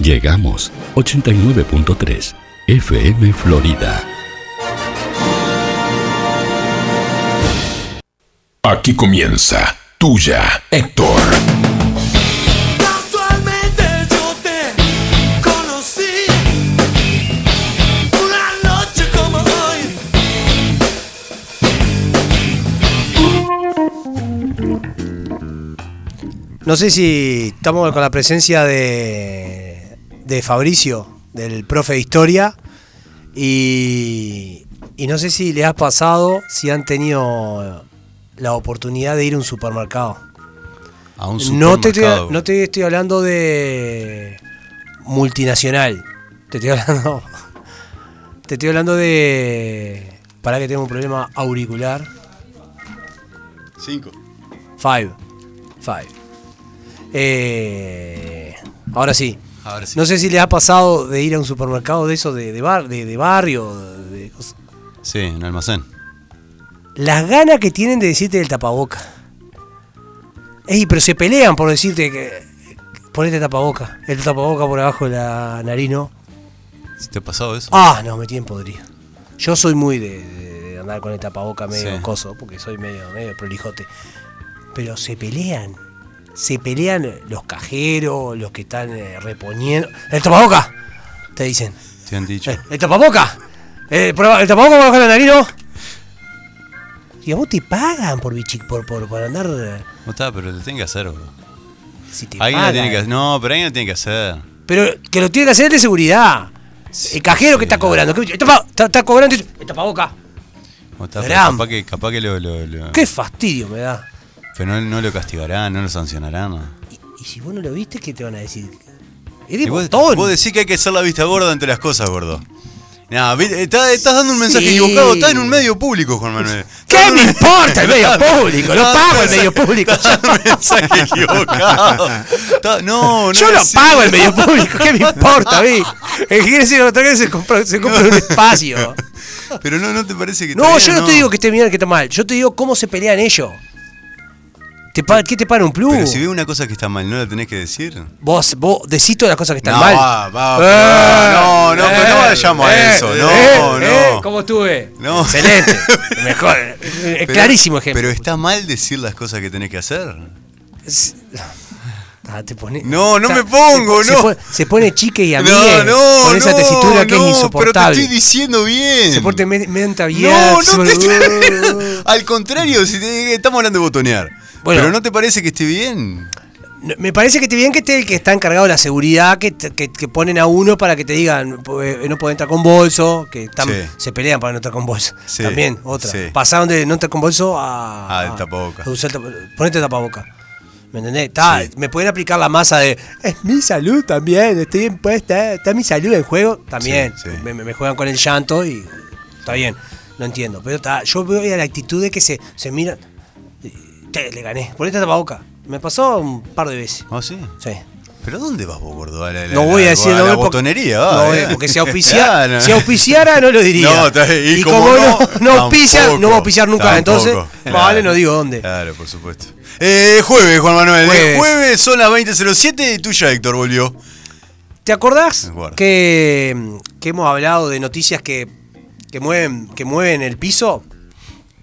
Llegamos 89.3 FM Florida. Aquí comienza tuya, Héctor. Casualmente yo te conocí una noche como hoy. No sé si estamos con la presencia de, de Fabricio, del profe de historia, y, y no sé si les ha pasado, si han tenido la oportunidad de ir a un supermercado. A un No te, estoy, supermercado. no te estoy hablando de multinacional, te estoy hablando, te estoy hablando de... Para que tengo un problema auricular. Cinco. Five. Five. Eh, ahora sí. Ahora sí. No sé si les ha pasado de ir a un supermercado de esos de, de bar, de, de barrio. de- de cosas. Sí, un almacén. las ganas que tienen de decirte del tapaboca. Ey, pero se pelean por decirte que. Ponete tapaboca. El tapaboca por abajo de la nariz, ¿no? ¿Se ¿Te ha pasado eso? Ah, no, metí en podrido. Yo soy muy de, de- de andar con el tapaboca medio Sí. coso, porque soy medio, medio prolijote. Pero se pelean. Se pelean los cajeros, los que están eh, reponiendo. ¡El tapaboca! Te dicen. Te han dicho. "Eh, ¡El tapaboca! Eh, prueba- ¡El tapaboca por abajo de la nariz, no! Y a vos te pagan por, bichi- por, por, por andar. eh, No está, pero lo tienen que hacer, bro. Si te Alguien lo pagan. eh. tiene que hacer. No, pero alguien lo tiene que hacer. Pero que lo tiene que hacer el de seguridad. El cajero que sí. está cobrando. que- está, está- está cobrando. y dice, ¡El tapaboca! No está, pero Gran. capaz que, capaz que lo, lo- lo- ¡Qué fastidio me da! Pero no, no lo castigarán, no lo sancionarán. ¿no? Y, y si vos no lo viste, ¿qué te van a decir? Es Y de vos, montón. vos decís que hay que hacer la vista gorda ante las cosas, gordo. Nah, viste, está- estás dando un mensaje Sí. equivocado, estás en un medio público, Juan Manuel. ¿Qué me importa el medio público? Lo pago el medio público. Estás dando un mensaje equivocado. Está- no, no Yo es lo así. pago el medio público, ¿qué me importa a mí? El que quiere ser otro que se compra, se compra un espacio. Pero no, no te parece que No, está yo bien, no te digo que esté bien, que está mal. Yo te digo cómo se pelean ellos. ¿Te pa- ¿Qué te para un plus? Pero si ve una cosa que está mal, ¿no la tenés que decir? Vos, vos decís todas las cosas que están No, mal. Eh, va, va, no, no, pero no vayamos a eso, no, no. ¿Cómo estuve? No. Excelente. Mejor. eh, eh, Pero- clarísimo ejemplo. Pero está mal decir las cosas que tenés que hacer. Es- Ah, te pone- No, no Ta- me pongo, se no. pone- Se pone chica y No, amiga no, no. con esa tesitura que es no, Pero te insoportable. estoy diciendo bien. se porte me- menta bien. No, se no te pone- Al contrario, si te- estamos hablando de botonear. Bueno. Pero no te parece que esté bien. No, Me parece que te bien que esté el que está encargado de la seguridad, que, te- que, que ponen a uno para que te digan, "Po- eh, no puede entrar con bolso, que están- Sí. se pelean para no entrar con bolso. Sí, También, otra. sí. Pasaron de no entrar con bolso a... Ah, el tapaboca. a usar el tapa- ponete el tapaboca. ¿Me entendés? Está- Sí. Me pueden aplicar la masa de, es mi salud también, estoy bien puesta, está mi salud en juego. También, Sí, sí. Me, me- me juegan con el llanto y está bien, no entiendo. Pero está, yo veo ya la actitud de que se, se miran... Che, le gané. Ponete tapaboca. Me pasó un par de veces. ¿Ah, sí? Sí. ¿Pero dónde vas vos, gordo? A la- la- No voy la- a decir no a la voy porque- botonería, no va, voy, eh. porque si auspiciara, Claro. si auspiciara no lo diría. No, está bien. y, como, no, no auspicia, tampoco, no va a auspiciar nunca. tampoco. Entonces, vale, no digo dónde. Claro, por supuesto. Eh, jueves, Juan Manuel. eh, Jueves, Jueves. son las 20.07 y tuya, Héctor, volvió. ¿Te acordás Me guardo. que, que hemos hablado de noticias que, que mueven, que mueven el piso?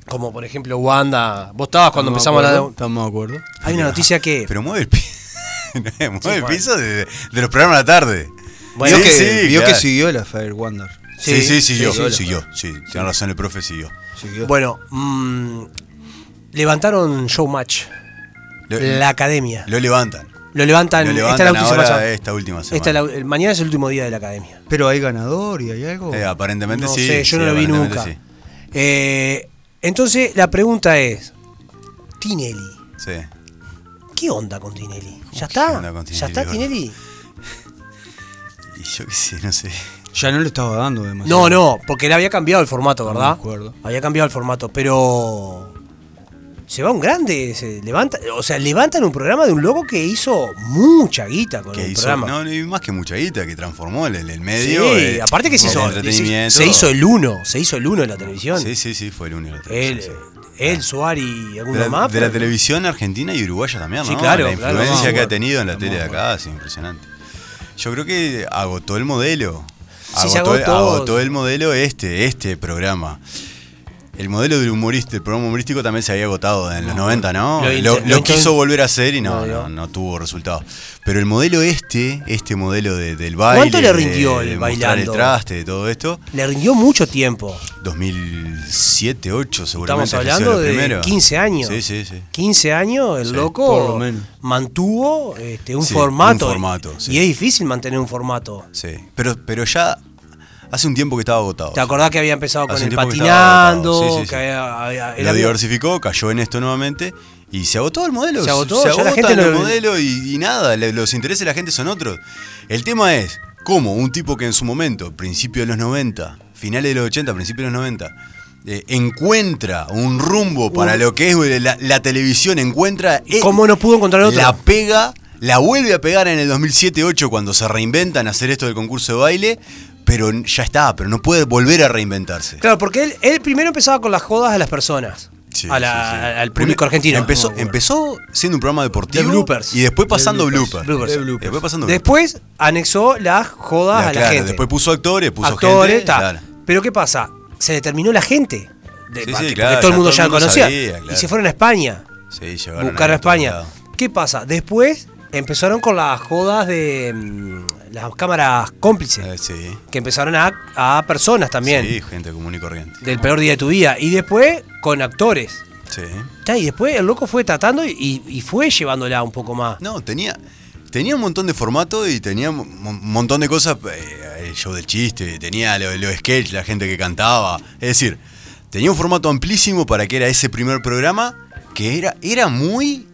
Como por ejemplo Wanda. Vos estabas cuando empezamos la... Estamos de acuerdo. Hay una noticia que... Pero mueve el piso. mueve el bueno. piso de, de los programas de la tarde. Bueno, vio que, vio claro. que siguió la Fire Wander. Sí, sí, siguió, sí, sí. siguió. Sí, tiene razón el profe, siguió. Siguió. Bueno, mm, levantaron Showmatch, Lo, la academia. lo levantan. Lo levantan, lo esta es la levantan última ahora semana. esta última semana. Esta es la- el- mañana es el último día de la academia. Pero hay ganador y hay algo. Eh, aparentemente no sí. sé, yo sí, no lo vi aparentemente nunca. Eh, entonces, la pregunta es: Tinelli. Sí. sí. ¿Qué onda con Tinelli? ¿Ya qué está? onda con ¿Ya Tinelli, está gordo? Tinelli? Y yo qué sé, no sé. Ya no lo estaba dando demasiado. No, no, porque le había cambiado el formato, No me ¿verdad? acuerdo. Había cambiado el formato, pero. Se va un grande, se levanta, o sea, levantan un programa de un loco que hizo mucha guita con que el hizo, programa. no, no, y más que mucha guita, que transformó el, el Sí, medio. eh, aparte que se el hizo, entretenimiento. se hizo el uno, se hizo el uno en la televisión. Sí, sí, sí, fue el único. él, sí. él, Suárez y De alguno la, más. de la pero- televisión argentina y uruguaya también, ¿no? Sí, claro, La claro, influencia vamos, que ha bueno. tenido en la Vamos, tele de acá, es impresionante. Yo creo que agotó el modelo. Sí, se agotó. agotó el modelo este, este programa. El modelo del humorista, el programa humorístico también se había agotado en los 90, ¿no? Lo Lo, intent- lo lo quiso intent- volver a hacer y No, no, no. no, no tuvo resultado. Pero el modelo este, este modelo de- del baile. ¿Cuánto le de- rindió el de mostrar bailando? el traste, de todo esto. Le rindió mucho tiempo. 2007, 8 seguramente. Estamos habrá hablando sido lo de primero. 15 años. Sí, sí, sí. 15 años, el Sí, loco por lo menos. mantuvo este, un Sí, un formato. formato, sí. Y es difícil mantener un formato. Sí, pero, pero ya hace un tiempo que estaba agotado. ¿Te acordás que había empezado con Hace un el tiempo que estaba agotado, patinando? sí, que sí, sí. había- había- Lo era- diversificó, cayó en esto nuevamente y se agotó el modelo. Se agotó, ya la agotan gente los lo- modelos y, y nada, le- los intereses de la gente son otros. El tema es cómo un tipo que en su momento, principio de los 90, finales de los 80, principio de los 90, eh, encuentra un rumbo para lo que es la, la televisión, encuentra... eh, ¿Cómo no pudo encontrar otro? la pega, la vuelve a pegar en el 2007-8 cuando se reinventan a hacer esto del concurso de baile, pero ya está, pero no puede volver a reinventarse. Claro, porque él, él primero empezaba con las jodas a las personas. Sí, a la- sí, sí. Al público Prim- argentino. Empezó, Bueno. empezó siendo un programa deportivo. De bloopers. Y después pasando bloopers. bloopers. Bloopers. De bloopers. Después pasando bloopers. Después anexó las jodas a la Claro, gente. Después puso actores, puso actores, gente. ta. claro. Pero ¿qué pasa? Se determinó la gente. De- Sí, sí, porque claro, todo el ya mundo todo el ya mundo conocía. sabía, Y claro. se fueron a España. Sí, llegaron Buscaron a a otro España. lado. ¿Qué pasa? Después empezaron con las jodas de mm, las cámaras cómplices. Eh, sí. Que empezaron a, a personas también. Sí, gente común y corriente. Del peor día de tu vida. Y después con actores. Sí. Ta, Y después el loco fue tratando y, y fue llevándola un poco más. No, tenía, tenía un montón de formato y tenía un mon- montón de cosas. eh, el show del chiste, tenía los lo sketch, la gente que cantaba. Es decir, tenía un formato amplísimo para que era ese primer programa que era, era muy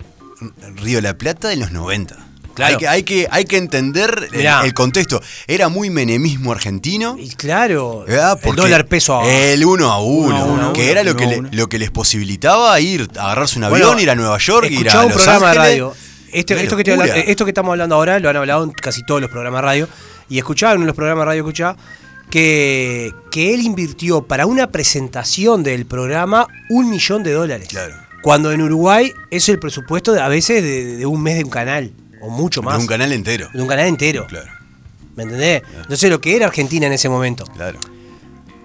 Río de la Plata de los 90. Claro. Hay, que, hay, que, hay que entender el, Mirá. el contexto. Era muy menemismo argentino. Y claro, ¿verdad? el Eh, ah, Porque eh, dólar peso a El uno a uno, Uno a uno, que uno, era lo uno que, a le- uno. lo que les posibilitaba ir, agarrarse un avión, Bueno, ir a Nueva York, ir escuchaba a un Los programa Ángeles. de radio. Este- Una esto, que estoy locura. hablando- esto que estamos hablando ahora lo han hablado en casi todos los programas de radio. Y escuchaba en uno de los programas de radio, escuchaba que, que él invirtió para una presentación del programa un millón de dólares. Claro. Cuando en Uruguay es el presupuesto de- a veces de, de un mes de un canal, o mucho más. De un canal entero. De un canal entero. Claro, ¿Me entendés? No sé lo que era Argentina en ese momento. claro.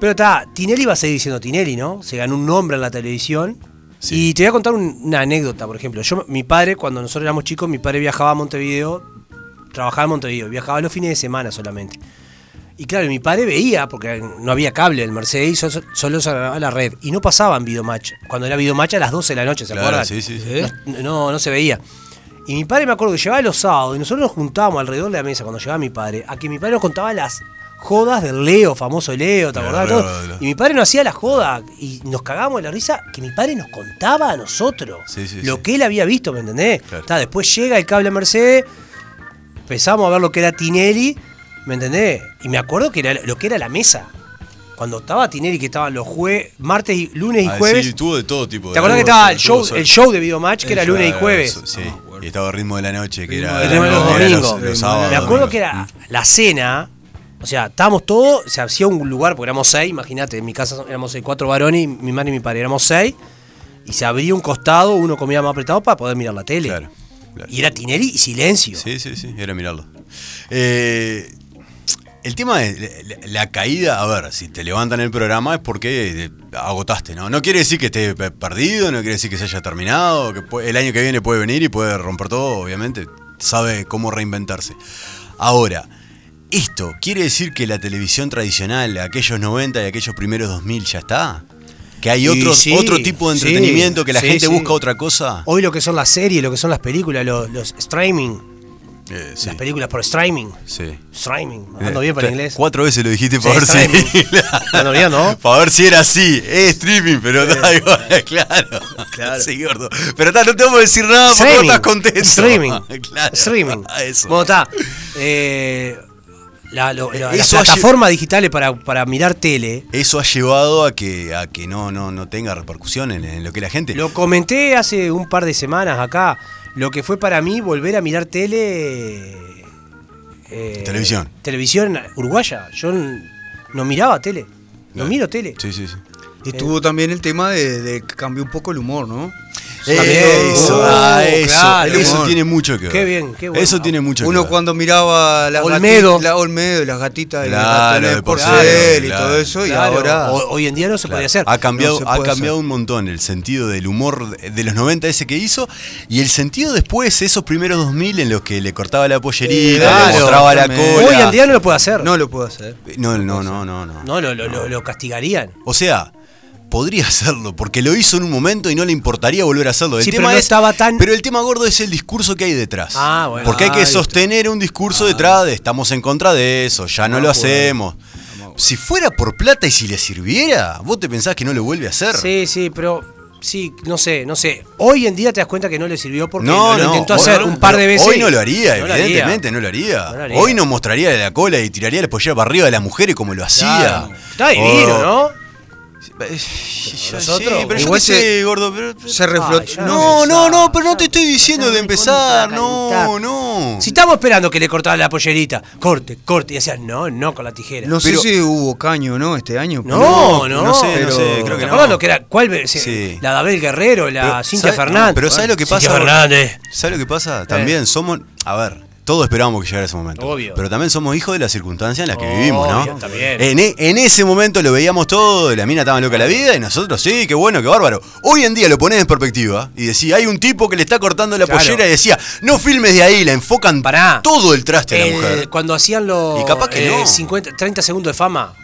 Pero está, Tinelli va a seguir siendo Tinelli, ¿no? Se ganó un nombre en la televisión. Sí. Y te voy a contar un- una anécdota, por ejemplo. Yo, mi padre, cuando nosotros éramos chicos, mi padre viajaba a Montevideo, trabajaba en Montevideo, viajaba los fines de semana solamente. Y claro, mi padre veía, porque no había cable el Mercedes, y so- so- solo se grababa la red. Y no pasaban videomatch. Cuando era videomatch a las 12 de la noche, ¿se Claro, acuerdan? sí, sí, sí. No, no, no se veía. Y mi padre me acuerdo que llegaba los sábados y nosotros nos juntábamos alrededor de la mesa cuando llegaba mi padre, a que mi padre nos contaba las jodas del Leo, famoso Leo, ¿te Claro, acordás? claro, Todo. claro. Y mi padre nos hacía la joda y nos cagábamos de la risa que mi padre nos contaba a nosotros Sí, sí, lo sí. que él había visto, ¿me entendés? Claro. Ta, después llega el cable a Mercedes, empezamos a ver lo que era Tinelli, ¿me entendés? Y me acuerdo que era lo que era la mesa. Cuando estaba Tinelli, que estaban los jueves, martes y lunes y Ah, jueves. sí, tuvo de todo tipo. ¿Te acordás que tuvo- estaba el tuvo show, sol. el show de Videomatch, El que era show, lunes y Claro, jueves? so- Sí, y estaba el ritmo de la noche, que Ritmo era, de la era noche, los, los era los- domingos. los sábados. Me acuerdo domingos. que era la cena. O sea, estábamos todos, se hacía un lugar, porque éramos seis, imagínate, en mi casa éramos seis, cuatro varones, y mi madre y mi padre, éramos seis, y se abría un costado, uno comía más apretado para poder mirar la tele. Claro, claro. Y era Tinelli y silencio. Sí, sí, sí, era mirarlo. Eh, el tema es la, la caída, a ver, si te levantan el programa es porque eh, agotaste, ¿no? No quiere decir que esté pe- perdido, no quiere decir que se haya terminado, que pu- el año que viene puede venir y puede romper todo, obviamente, sabe cómo reinventarse. Ahora, ¿esto quiere decir que la televisión tradicional, aquellos 90 y aquellos primeros 2000 ya está? Que hay Y otros, sí, otro tipo de sí, entretenimiento, que la sí, gente sí. busca otra cosa. Hoy lo que son las series, lo que son las películas, los, los streaming, Eh, sí, Eh, las películas por streaming. sí. Streaming, ando bien para Tre- inglés. Cuatro veces lo dijiste Sí, para ver si. streaming. Ando bien, ¿no? Para ver si era así. Es streaming, pero está igual, claro. Claro. Sí, gordo. Pero está, no te vamos a decir nada porque no Streaming. estás contento. Streaming. Claro. Ah, Streaming. Eso. Bueno, está. Eh, la- lo- la- las Eso ha lle- plataformas digitales para, para mirar tele. Eso ha llevado a que, a que no, no, no tenga repercusión en, en lo que la gente. Lo comenté hace un par de semanas acá. Lo que fue para mí volver a mirar tele. eh, Televisión. Televisión uruguaya. Yo n- no miraba tele. No Claro. miro tele. Sí, sí, sí. Y tuvo también el tema de, de que cambió un poco el humor, ¿no? Eh, Eso, Oh, ah, eso, claro. eso Amor. tiene mucho que ver. Qué bien, qué bueno. Eso tiene mucho Uno que ver. cuando miraba las Olmedo. gatitas- la Olmedo, las gatitas y las Claro, ratones de por porcelana, cel y claro. todo eso, Claro, y ahora. ho- hoy en día no se podía hacer. Ha cambiado, No se ha puede cambiado hacer. un montón el sentido del humor de de los 90 ese que hizo y el sentido después, esos primeros 2000 en los que le cortaba la pollerita, Claro, le mostraba la exactamente. cola. Hoy en día no lo puede hacer. No lo puedo hacer. No, no, no, no, no. No, lo, lo- lo- lo castigarían. O sea, podría hacerlo, porque lo hizo en un momento y no le importaría volver a hacerlo. El Sí, pero tema no es- estaba tan- Pero el tema gordo es el discurso que hay detrás. Ah, bueno. Porque hay Ah, que listo. Ah. sostener un discurso detrás de estamos en contra de eso, ya no lo hacemos. Si fuera por plata y si le sirviera, ¿vos te pensás que no lo vuelve a hacer? Sí, sí, pero sí, no sé, no sé. Hoy en día te das cuenta que no le sirvió porque No, lo, lo no, intentó hoy- hacer un par de pero veces. Hoy y- no lo haría, no lo haría. evidentemente, no lo haría. No lo haría. Hoy no mostraría la cola y tiraría la pollera para arriba de las mujeres como lo hacía. Claro. Está divino, Oh. ¿no? Sí, Nosotros, pero yo igual qué sé, se- gordo, pero- Se reflotó. ya No, no, empezaba. no, pero no te estoy diciendo de empezar, no, calentar. no. Si estamos esperando que le cortaba la pollerita, corte, corte, y decían, no, no, con la tijera. No Pero- sé si hubo caño, ¿no? Este año. no, no, no, no sé, no sé, creo que ¿Te no. acordás lo que era? ¿Cuál? ve- se- Sí. La de Abel Guerrero, la Pero, Cintia ¿sabe- Fernández. Pero ¿sabes lo que pasa? Cintia Fernández. ¿Sabes lo que Eh. pasa? También somos. A ver, todos esperábamos que llegara ese momento. Obvio. Pero también somos hijos de las circunstancias en las que vivimos, Obvio, ¿no? también. En, e- en ese momento lo veíamos todo, la mina estaba loca la vida y nosotros sí, qué bueno, qué bárbaro. Hoy en día lo pones en perspectiva y decís, hay un tipo que le está cortando la Claro. pollera y decía, no filmes de ahí, la enfocan Pará. todo el traste de El- la mujer. Eh, Cuando hacían los Y capaz que no. 50, 30 segundos de fama,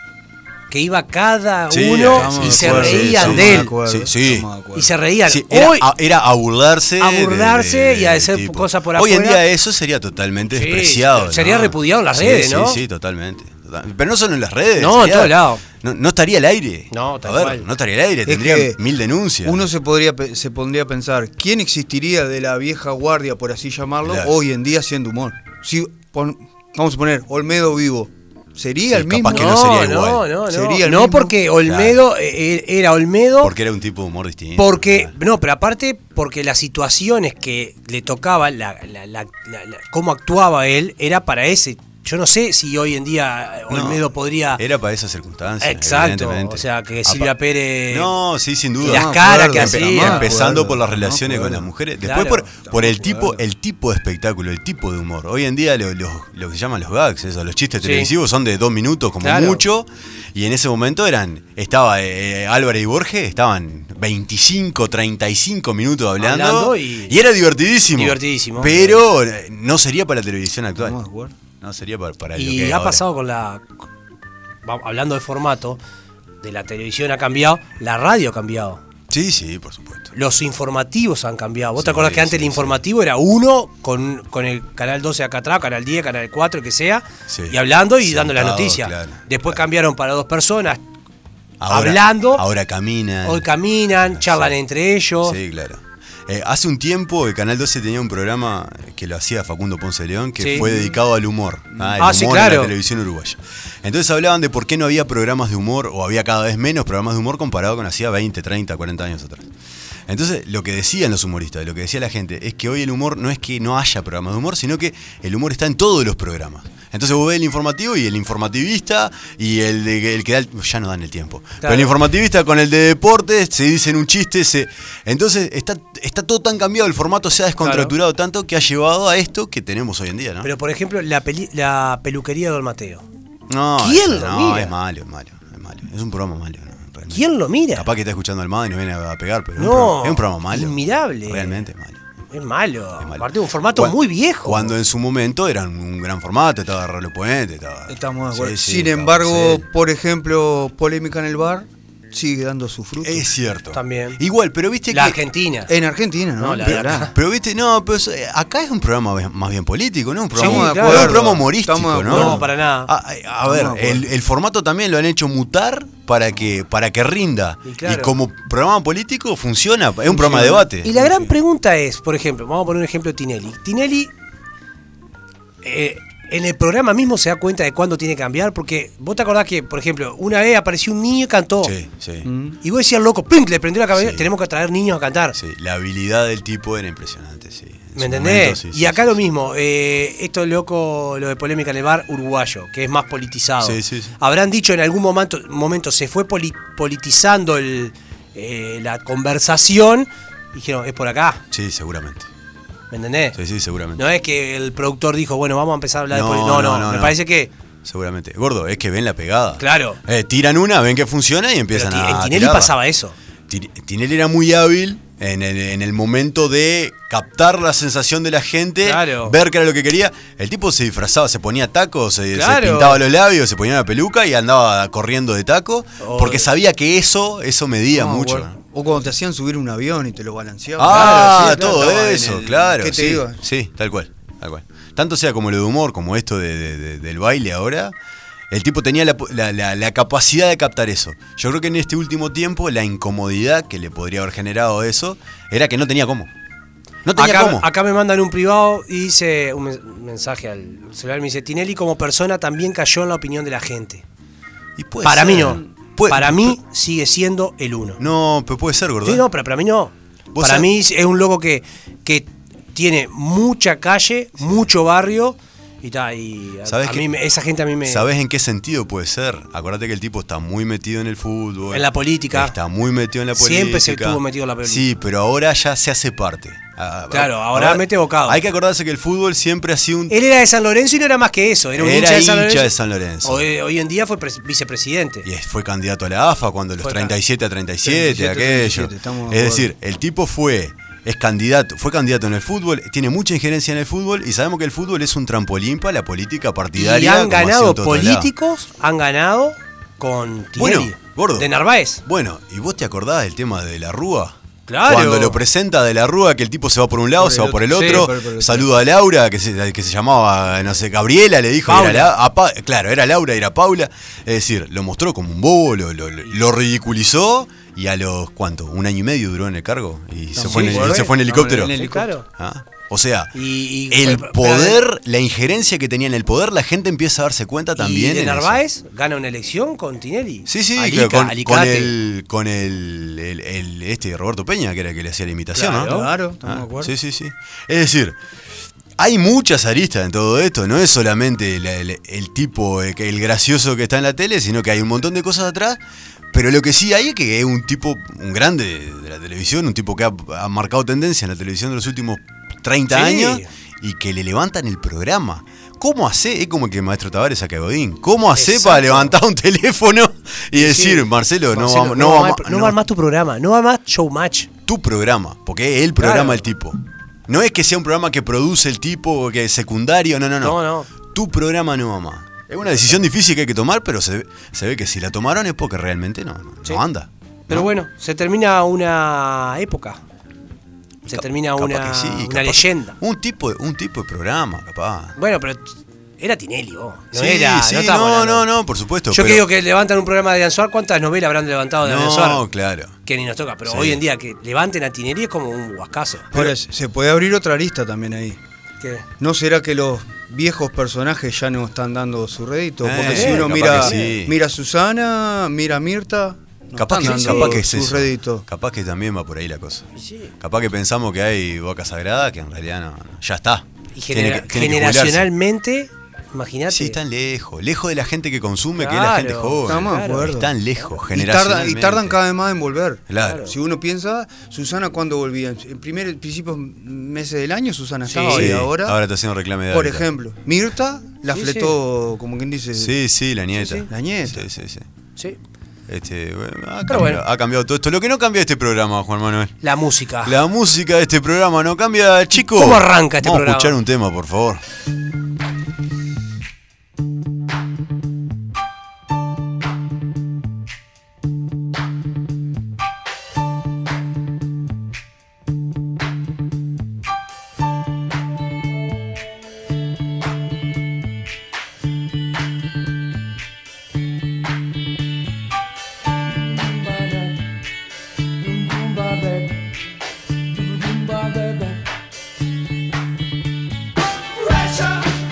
que iba cada Sí, uno estamos y de se acuerdo, sí, reían sí, de él. acuerdo. Sí, sí. Y se reían. Sí, era, Hoy, a, era a burlarse. A de- burlarse y a del hacer tipo. cosas por Hoy en afuera. día eso sería totalmente Sí, despreciado. sería repudiado en las Sí, redes, sí, ¿no? Sí, totalmente. Total- Pero no solo en las redes. No, en sería- todos lados. No, no estaría al aire. No, tal a ver, cual. no estaría al aire. Es Tendrían que mil denuncias. Uno se, podría, pe- se pondría a pensar, ¿quién existiría de la vieja guardia, por así llamarlo, Claro. hoy en día siendo humor? Si pon- vamos a poner Olmedo vivo, ¿sería Sí, el mismo? capaz que no sería igual. no, no, no. Sería el No, mismo. porque Olmedo eh, era Olmedo. porque era un tipo de humor distinto. Porque, no, pero aparte, porque las situaciones que le tocaba, la, la- la- la- la- cómo actuaba él, era para ese. Yo no sé si hoy en día eh, No, Olmedo podría. Era para esas circunstancias. Exacto. evidentemente. O sea, que Apa- Silvia Pérez. No, sí, sin duda. las No, caras que Empe- hacía. empezando por las No, relaciones con acuerdo. las mujeres, Claro. después por, por el Estamos tipo, acuerdo. el tipo de espectáculo, el tipo de humor. Hoy en día lo, lo- lo que se llaman los gags, eso, los chistes Sí. televisivos son de dos minutos como Claro. mucho. Y en ese momento eran, estaba eh, Álvarez y Borges, estaban 25, 35 minutos hablando. Hablando y- y, era divertidísimo. Divertidísimo. Pero eh, no sería para la televisión actual. Estamos de acuerdo. No sería para, para lo Y que hay ha ahora. pasado con la. va- Hablando de formato, de la televisión ha cambiado, la radio ha cambiado. Sí, sí, por supuesto. Los informativos han cambiado. ¿Vos te Sí, acordás que antes sí, el sí. informativo era uno con, con el canal 12 acá atrás, canal 10, canal 4, el que sea, Sí. y hablando y dando las Sentado, noticias? claro, Después claro. cambiaron para dos personas, Hablando. Ahora camina. hoy caminan, charlan Sí. entre ellos. Ah. Sí, claro. Eh, hace un tiempo el Canal 12 tenía un programa que lo hacía Facundo Ponce de León que Sí. fue dedicado al humor, ah, el Ah, sí, humor en claro. la televisión uruguaya. Entonces hablaban de por qué no había programas de humor o había cada vez menos programas de humor comparado con hacía 20, 30, 40 años atrás. Entonces, lo que decían los humoristas, lo que decía la gente, es que hoy el humor no es que no haya programas de humor, sino que el humor está en todos los programas. Entonces vos ves el informativo y el informativista y el, de, el que da el- ya no dan el tiempo. Pero el informativista con el de deportes se dicen un chiste, se, entonces está, está todo tan cambiado, el formato se ha descontraturado tanto que ha llevado a esto que tenemos hoy en día, ¿no? Pero por ejemplo, la, peli- la peluquería de Don Mateo. no, ¿quién es, lo no, mira? es malo, es malo, es malo. Es un programa malo, ¿no? Realmente. ¿Quién lo mira? Capaz que está escuchando al y nos viene a pegar, pero es un No, programa- es un programa malo. inmirable. Realmente es malo. Es malo. Es malo. Aparte de un formato Cuan- muy viejo. Cuando en su momento eran un gran formato, estaba Rolo Puente, estaba. Estamos de Sí, acuerdo. sí, Sin estaba embargo, Marcel. por ejemplo, polémica en el bar sigue dando su fruto. Es cierto. También. Igual, pero viste la que. Argentina. En Argentina, ¿no? No, la Pero- de acá. Pero viste, no, pero eso, eh, acá es un programa ve- más bien político, ¿no? Un programa, Estamos de no, acuerdo. un programa humorístico, Estamos de ¿no? acuerdo. No, para nada. A, a- a Estamos de ver, acuerdo. el, el formato también lo han hecho mutar para que, para que rinda. Y Y, claro. como programa político funciona, es un programa de debate. Y la gran pregunta es, por ejemplo, vamos a poner un ejemplo de Tinelli. Tinelli eh, en el programa mismo se da cuenta de cuándo tiene que cambiar, porque vos te acordás que, por ejemplo, una vez apareció un niño y cantó. Sí, sí. Mm. Y vos decías, loco, ¡pum! le prendió la cabeza, Sí. tenemos que traer niños a cantar. Sí, la habilidad del tipo era impresionante, sí. En su ¿Me entendés? momento, sí, y sí, acá sí, lo sí. mismo, eh, esto es loco, lo de polémica en el bar uruguayo, que es más politizado. Sí, sí, sí. Habrán dicho en algún momento, momento se fue poli- politizando el, eh, la conversación dijeron, es por acá, Sí, seguramente. ¿me entendés? Sí, sí, seguramente. No es que el productor dijo, bueno, vamos a empezar a hablar de No, política. No, no, no, no, me no. parece que, Seguramente. Gordo, es que ven la pegada. claro. Eh, tiran una, ven que funciona y pero empiezan ti- a. en Tinelli tirarla. pasaba ¿eh? eso. Tin- Tinelli era muy hábil en el, en el momento de captar la sensación de la gente, Claro. ver qué era lo que quería. El tipo se disfrazaba, se ponía tacos, eh, se, se Claro. pintaba los labios, se ponía una peluca y andaba corriendo de taco, Oh. Ah, porque sabía que eso, eso medía No, mucho. guarda. O cuando te hacían subir un avión y te lo balanceaban. Ah, Claro, sí, todo estaba en eso, el- claro. ¿Qué te sí, digo? sí, tal cual, tal cual. Tanto sea como lo de humor, como esto de- de- de- del baile ahora, el tipo tenía la, po- la- la- la capacidad de captar eso. Yo creo que en este último tiempo la incomodidad que le podría haber generado eso era que no tenía cómo. No tenía Acá, cómo. acá me mandan un privado y dice un men- un mensaje al celular. Me dice: Tinelli, como persona, también cayó en la opinión de la gente. Y puede Para ser. mí, no. Puede- para mí, sigue siendo el uno. No, pero puede ser, gordo. Sí, no, pero para mí no. ¿Vos Para sabés? mí es un loco que, que tiene mucha calle, mucho barrio y ta, y a, ¿Sabés a qué? mí me- esa gente a mí me ¿Sabes en qué sentido puede ser? Acuérdate que el tipo está muy metido en el fútbol. En la política. Está muy metido en la política. Siempre se estuvo metido en la política. Sí, pero ahora ya se hace parte. Ah, Claro, ahora mete bocado. Hay que acordarse que el fútbol siempre ha sido un. Él era de San Lorenzo y no era más que eso, era un Era hincha de San hincha Lorenzo. de San Lorenzo. Hoy, hoy en día fue pres- vicepresidente. Y es- fue candidato a la AFA cuando los Fue 37 a 37, 37, aquello. 37, estamos de es acuerdo. decir, el tipo fue. Es candidato, fue candidato en el fútbol, tiene mucha injerencia en el fútbol y sabemos que el fútbol es un trampolín para la política Y partidaria. han como ha sido ganado en todos lados. políticos, han ganado con Tinelli. Bueno, gordo. De Narváez. Bueno, ¿y vos te acordás del tema de la Rúa? Claro. Cuando lo presenta de la Rúa, que el tipo se va por un lado, Por el se va por el otro, otro. Sí, por el- por el otro. saluda a Laura, que se, que se llamaba, no sé, Gabriela, le dijo, Paula. era la- a Pa- claro, era Laura, era Paula. Es decir, lo mostró como un bobo, lo, lo- lo ridiculizó y a los, ¿cuánto? Un año y medio duró en el cargo y se, sí, fue en, el- por se ahí. fue en No, helicóptero. en Sí, claro. Ah, O sea, Y- y- el pero- pero- poder, la injerencia que tenía en el poder, la gente empieza a darse cuenta también. y de en eso. Narváez gana una elección con Tinelli. Sí, sí, Alica, que con, con Alicate. el, con el, el- el- este Roberto Peña, que era el que le hacía la imitación, Claro. ¿no? Claro, estamos de Ah, acuerdo. sí, sí, sí. Es decir, hay muchas aristas en todo esto, no es solamente el, el- el tipo, eh, que- el gracioso que está en la tele, sino que hay un montón de cosas atrás. Pero lo que sí hay es que es un tipo, un grande de la televisión, un tipo que ha, ha marcado tendencia en la televisión de los últimos 30 Sí. años y que le levantan el programa. ¿Cómo hace? Es como que el maestro Tavares saca a Godín. ¿Cómo hace para levantar un teléfono y decir, Marcelo, no Marcelo, vamos, no va vamos- más- no no- va más tu programa, no va más Showmatch. tu programa, porque es el programa Claro. del tipo. No es que sea un programa que produce el tipo, que es secundario, no, no, No, no. no. Tu programa no va más. Es una decisión difícil que hay que tomar, pero se, ve- se ve que si la tomaron es porque realmente no, no, Sí. no anda. Pero bueno, se termina una época. Se Ca- termina capaz una, que sí, una capaz que- leyenda. Un tipo, de- un tipo de programa, capaz. Bueno, pero t- era Tinelli, vos. No Sí, era. sí, no, estamos no, hablando. no, no, por supuesto. Yo que pero- digo que levantan un programa de Anzuar, ¿cuántas novelas habrán levantado de No, Anzuar? claro. Que ni nos toca, pero Sí. hoy en día que levanten a Tinelli es como un huascazo. Ahora, se puede abrir otra lista también ahí. Que- ¿No será que los viejos personajes ya no están dando su rédito? Porque Eh, si uno capaz mira, que sí. mira a Susana, mira a Mirta, no Capaz que, están dando capaz que es su eso. rédito. Capaz que también va por ahí la cosa. sí. Capaz que pensamos que hay vaca sagrada, que en realidad no, no, ya está. Y Tiene genera- que- tiene que jubilarse. generacionalmente, imagínate. Sí, están lejos, lejos de la gente que consume, que es la Claro, gente joven. estamos de acuerdo. Están lejos, Y tardan, generacionalmente. y tardan cada vez más en volver. Claro. Si uno piensa, Susana, ¿cuándo volvía? En primer, principios meses del año, Susana estaba Sí, y Sí, ahora, ahora está haciendo reclame de por hábitat. ejemplo, Mirta la Sí, fletó, como quien dice, Sí, sí, la nieta. sí. La nieta. Sí, sí, sí. Sí. Este, bueno, ha, Pero cambiado, bueno. ha cambiado todo esto. Lo que no cambia este programa, Juan Manuel. La música. La música de este programa no cambia, chico. ¿Cómo arranca este Vamos programa? a escuchar un tema, por favor. Pressure. oh,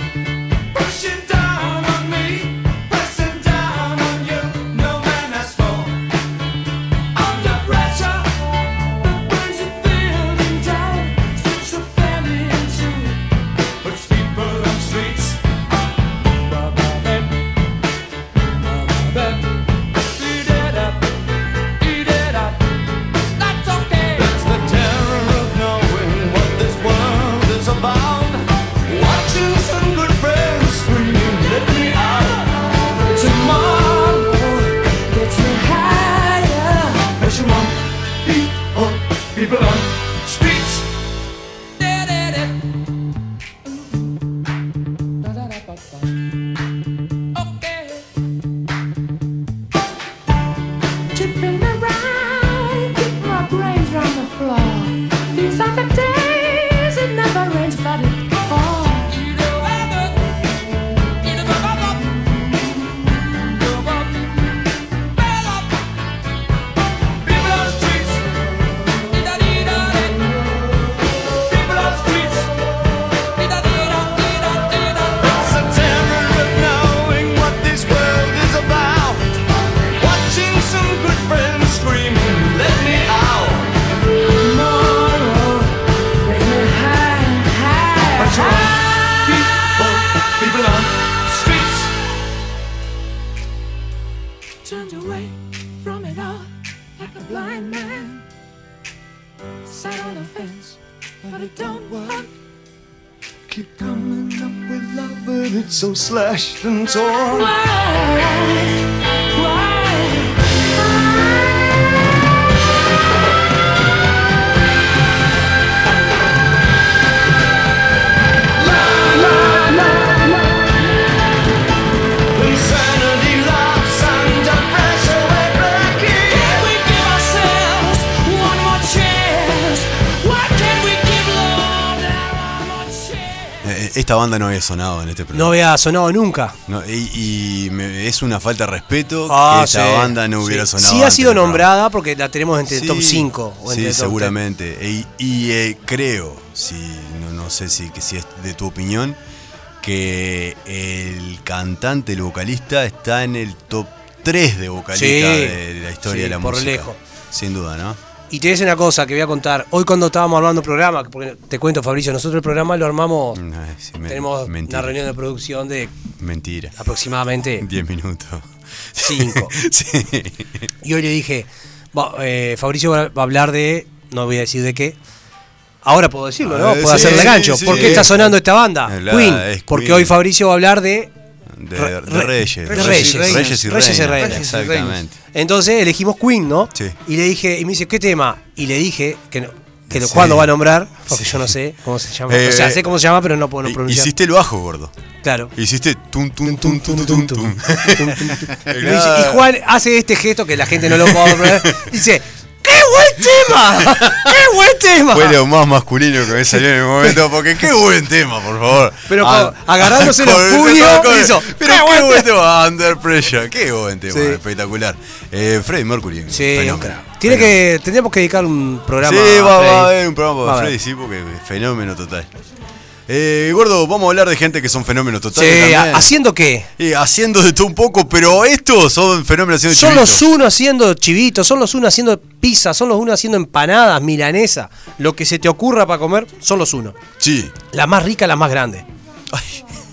turned away from it all like a blind man. Sat on the fence, but it don't work. Keep coming up with love, but it's so slashed and torn. Why? Why? Insanity laughs under pressure, we're breaking. Can we give ourselves one more chance? Why can't we give love that one more chance? Eh, Esta banda no había sonado en este No programa. había sonado nunca. No, y y me- es una falta de respeto Ah, que esta sí. banda no hubiera Sí. sonado. Sí ha antes sido del programa. nombrada porque la tenemos entre Sí, el top 5. Sí, seguramente. E- y eh, creo, si, no, no sé si, que si es de tu opinión, que el cantante, el vocalista, está en el top 3 de vocalistas Sí, de la historia sí, de la por música. lejos. Sin duda, ¿no? Y te voy a decir una cosa que voy a contar. Hoy cuando estábamos armando el programa, porque te cuento Fabricio, nosotros el programa lo armamos, Ay, sí, me- tenemos mentira, una reunión Ah, de producción de Mentira. aproximadamente 10 minutos. 5. sí. Y hoy le dije, va- eh, Fabricio va va a hablar de, no voy a decir de qué. Ahora puedo decirlo, ¿no? Ah, Puedo sí, hacerle sí, gancho. sí, ¿Por qué sí. está sonando esta banda? Habla, es Queen. Porque Queen. hoy Fabricio va a hablar de De, Re- de Reyes. Reyes. Reyes. Reyes y Reyes y Reinas, Reinas. Exactamente. Entonces elegimos Queen, ¿no? Sí. Y le dije, y me dice, ¿qué tema? Y le dije, que, no, que lo- Sí. Juan lo va a nombrar, porque Sí. yo no sé cómo se llama. Eh, o sea, sé cómo se llama, pero no puedo Hi- pronunciar. Hiciste el bajo, gordo. claro. Hiciste tum tum tum tum tum tum. Y, me dice, y Juan hace este gesto que la gente no lo puede ver. Dice, ¡qué buen tema! ¡Qué buen tema! Fue lo más masculino que me salió en el momento, porque qué buen tema, por favor. Pero Ah, con- agarrándose los con- puños, con- hizo, Pero qué qué buen buen, tema, Under Pressure, qué buen tema, espectacular. Eh, Freddie Mercury, Sí, fenómeno. tiene fenómeno. que, tendríamos que dedicar un programa. Sí, va, Freddy. va a haber un programa Va a para haber. Freddy, sí, porque es fenómeno total. Eh, gordo, vamos a hablar de gente que son fenómenos totales Sí, también. a- haciendo qué? Eh, haciendo de todo un poco, pero estos son fenómenos haciendo Son chivitos. los uno haciendo chivitos, son los uno haciendo pizza, son los uno haciendo empanadas, milanesa. Lo que se te ocurra para comer, son los uno. Sí. La más rica, la más grande.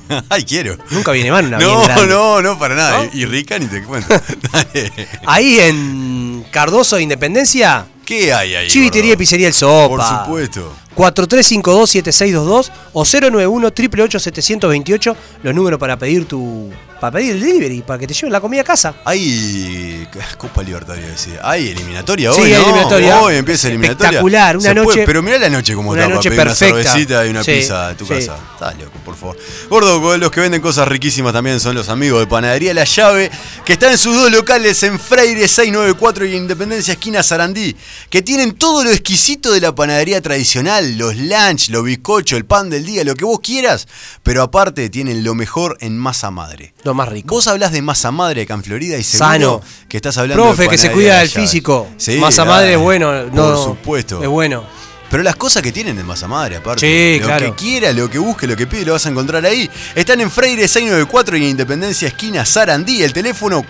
Ay, ay, quiero. Nunca viene mal una bien No, grande. no, no, para nada. ¿No? Y, y rica ni te cuento. Dale. Ahí en Cardoso e Independencia, ¿Qué hay ahí? Chivitería y gordo? Pizzería El Sopa. Por supuesto. 4352-7622 o 091-888-728, los números para pedir tu. para pedir el delivery, para que te lleven la comida a casa. Hay Copa Libertadores, decía. Hay eliminatoria hoy, Sí, hay ¿no? eliminatoria. Hoy empieza eliminatoria. Espectacular, una Se puede- noche- pero mirá la noche como una está noche para pedir perfecta. una cervecita y una Sí, pizza a tu sí. casa. Estás loco, por favor. Gordo, los que venden cosas riquísimas también son los amigos de Panadería La Llave, que están en sus dos locales en Freire 694 y en Independencia Esquina Sarandí, que tienen todo lo exquisito de la panadería tradicional, los lunch, los bizcochos, el pan del día, lo que vos quieras, pero aparte tienen lo mejor en masa madre. Lo más rico. Vos hablas de masa madre acá en Florida y seguro Sano. que estás hablando Profe, de que se panadería cuida de del llaves. físico. Sí, masa ah, madre es bueno. Por no, supuesto. Es bueno. Pero las cosas que tienen de masa madre, aparte. Sí, lo claro. que quiera, lo que busque, lo que pide, lo vas a encontrar ahí. Están en Freire 694 y en Independencia Esquina Sarandí. El teléfono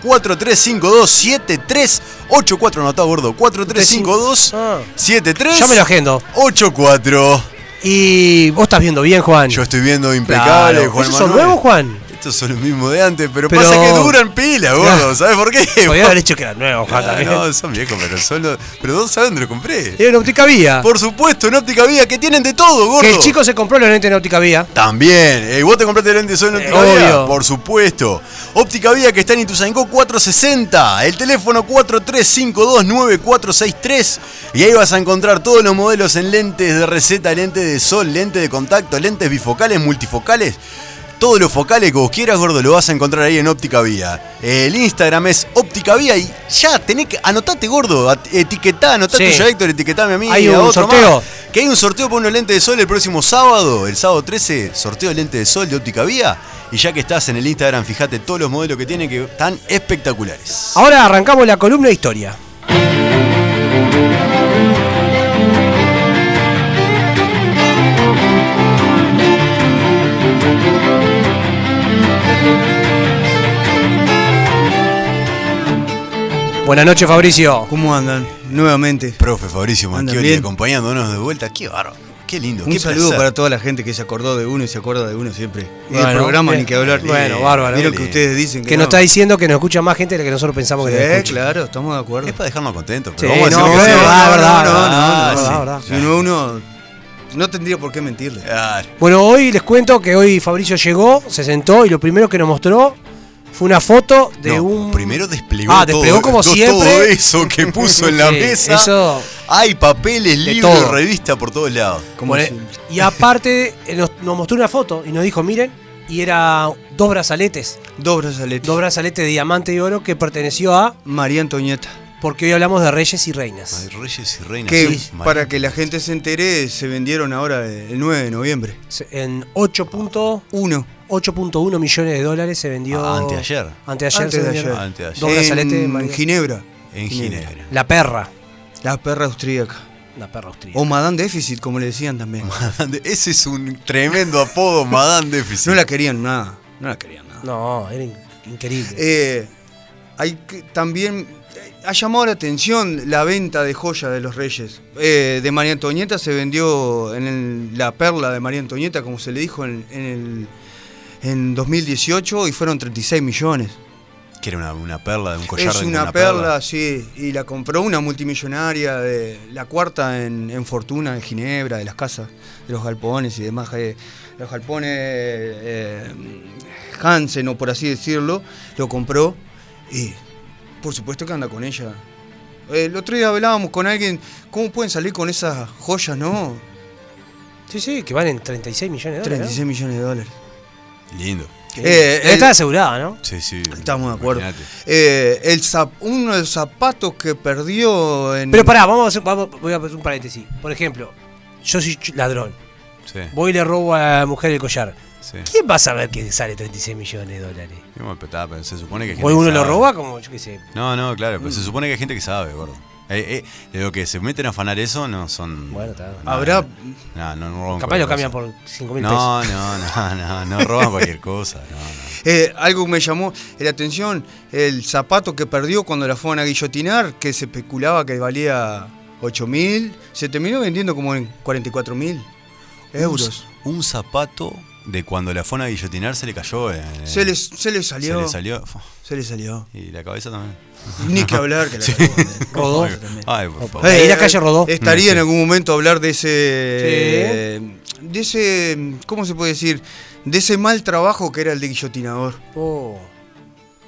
4352-7384. Anotá, gordo. 4352-7384. Yo ah. me lo agendo. Y vos estás viendo bien, Juan. Yo estoy viendo impecable, Claro. Juan ¿Esos son Manuel. Eh, nuevos, Juan? Estos son los mismos de antes, pero, Pero- pasa que duran pila, gordo. ¿Sabes por qué? Podría haber hecho que eran nuevos, Juan. Ah, también. no, son viejos, pero son los- Pero ¿dónde saben dónde lo compré? Era en óptica vía. Por supuesto, en óptica vía, que tienen de todo, gordo. Que el chico se compró los lentes en óptica vía. También, eh, ¿vos te compraste lentes hoy en Eh, Óptica Vía? obvio. Por supuesto. Óptica Vía que está en Ituzaingó 460, el teléfono 43529463 y ahí vas a encontrar todos los modelos en lentes de receta, lentes de sol, lentes de contacto, lentes bifocales, multifocales. Todos los focales que vos quieras, gordo, lo vas a encontrar ahí en Óptica Vía. El Instagram es Óptica Vía y ya, tenés que. Anotate, gordo. at- Etiquetá, anotate Sí. ya, Héctor, etiquetame a mí. Hay y a un otro sorteo. más. Que hay un sorteo por unos lentes de sol el próximo sábado, el sábado 13, sorteo de lentes de sol de óptica vía. Y ya que estás en el Instagram, fíjate todos los modelos que tiene que están espectaculares. Ahora arrancamos la columna de historia. Buenas noches, Fabricio. ¿Cómo andan? Nuevamente. Profe Fabricio Andan Manchioli bien. acompañándonos de vuelta. Qué bárbaro. Qué lindo. Un qué saludo placer. para toda la gente que se acordó de uno y se acuerda de uno siempre. Ni del Bueno, programa bien. ni que hablar. Bueno, Eh, bárbaro. Vieron que Bien. ustedes dicen que, Que nos está diciendo que nos escucha más gente de la que nosotros pensamos que nos Sí, escucha. claro, estamos de acuerdo. Es para dejarnos contentos. Sí, Pero vamos a no, decir lo que eh, sea. ah, verdad, no, no, verdad, no, no, verdad, sí. verdad. Si no uno no tendría por qué mentirle. Claro. Bueno, hoy les cuento que hoy Fabricio llegó, se sentó y lo primero que nos mostró fue una foto de No, un. Primero desplegó, Ah, desplegó todo, como todo- todo siempre. eso que puso en la Sí, mesa. Eso. Hay papeles, De libros, todo. revistas por todos lados. Como Bueno, si- Y aparte, eh, nos, nos mostró una foto y nos dijo, miren, y era dos brazaletes. Dos brazaletes. Dos brazaletes de diamante y oro que perteneció a. María Antonieta. Porque hoy hablamos de reyes y reinas. Hay reyes y reinas. Que Sí, para María. que la gente se entere, se vendieron ahora el 9 de noviembre. Se- En 8.1 Uno. 8.1 millones de dólares se vendió. Ah, anteayer. Anteayer Antes se de vendieron. ayer. Antes de ayer. Dos brazaletes de en María- Ginebra. En Ginebra. La perra. La perra austríaca. La perra austríaca. O Madame Déficit, como le decían también. Madame de- Ese es un tremendo apodo, Madame Déficit. No la querían nada. No la querían nada. No, era in- increíble. Eh, hay que- también eh, ha llamado la atención la venta de joyas de los reyes. Eh, de María Antonieta se vendió en el- la perla de María Antonieta, como se le dijo en, en el- en 2018, y fueron 36 millones. Que era una, una perla, un collar es de una, perla, sí, y la compró una multimillonaria, de la cuarta en, en fortuna en Ginebra, de las casas, de los galpones y demás. eh, los galpones eh, Hansen, o por así decirlo, lo compró y por supuesto que anda con ella. Eh, El otro día hablábamos con alguien, ¿cómo pueden salir con esas joyas, no? sí, sí, que valen 36 millones de dólares. 36 millones de dólares. Lindo. Eh, el- Está asegurada, ¿no? Sí, sí. estamos de acuerdo. Imaginate. Eh, el zap- uno de los zapatos que perdió en... Pero pará, vamos a hacer, vamos- voy a hacer un paréntesis. Por ejemplo, yo soy ch- ladrón. Sí, Voy y le robo a la mujer el collar. sí. ¿Quién va a saber que sale 36 millones de dólares? Yo me petaba, pero se supone que hay gente Hoy que uno lo sabe. roba como, yo qué sé. No, no, claro, pero se supone que hay gente que sabe, gordo. Eh, eh, de lo que se meten a afanar eso no son. Bueno, está. no, Habrá- No, no, no roban Capaz lo cambian cualquier cosa. por 5 mil pesos. No, no, no, no, no roban cualquier cosa. No, no. Eh, algo me llamó la atención, el zapato que perdió cuando la fueron a guillotinar, que se especulaba que valía 8 mil, se terminó vendiendo como en 44 mil euros. Un, un zapato de cuando la fona a guillotinar se le cayó. en- Se les, se les se salió. le salió. fu, Se les salió. Y la cabeza también. Ni que hablar que la Sí. cagó. Rodó. Ay, por favor. Ahí la calle rodó. Estaría Sí. en algún momento hablar de ese. De ese. ¿Cómo se puede decir? De ese mal trabajo que era el de guillotinador. Oh.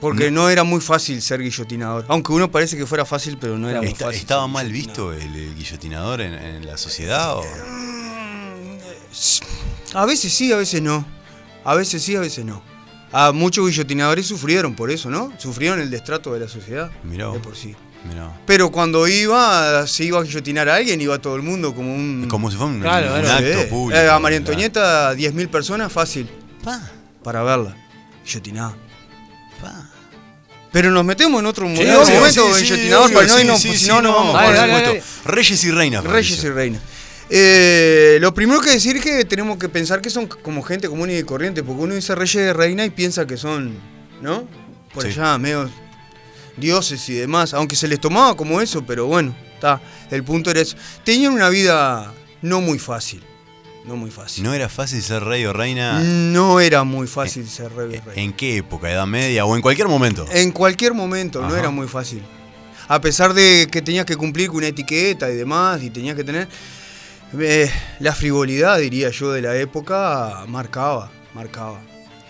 Porque no era muy fácil ser guillotinador. Aunque uno parece que fuera fácil, pero no era muy Está- fácil. ¿Estaba ser mal guillotinador. visto el, el guillotinador en, en la sociedad? O? A veces sí, a veces no. A veces sí, a veces no. A muchos guillotinadores sufrieron por eso, ¿no? Sufrieron el destrato de la sociedad. Mirá vos. De por sí. Mirá, Pero cuando iba, se iba a guillotinar a alguien, iba todo el mundo como un. Como si fuera un, Claro, un claro. Sí. acto público. Eh, a María ¿verdad? Antonieta, 10.000 personas, fácil. Pa, Para verla. Guillotinada. pa. Pero nos metemos en otro Sí, en otro sí, momento, sí, sí, guillotinador, obvio, para no sí, irnos, sí, pues, sí, si no, no no, vamos por a dale, poder- dale, supuesto. Reyes y reinas. Reyes y Mauricio. reinas. Eh, lo primero que decir que tenemos que pensar que son como gente común y corriente, porque uno dice reyes y reina y piensa que son, ¿no? Por Sí. allá, medio dioses y demás, aunque se les tomaba como eso, pero bueno, está. El punto era eso. Tenían una vida no muy fácil, no muy fácil. No era fácil ser rey o reina. No era muy fácil ser rey o reina. eh, ¿En qué época? ¿Edad media? ¿O en cualquier momento? En cualquier momento, no Ajá. era muy fácil. A pesar de que tenías que cumplir con una etiqueta y demás, y tenías que tener. eh, la frivolidad, diría yo, de la época marcaba, marcaba.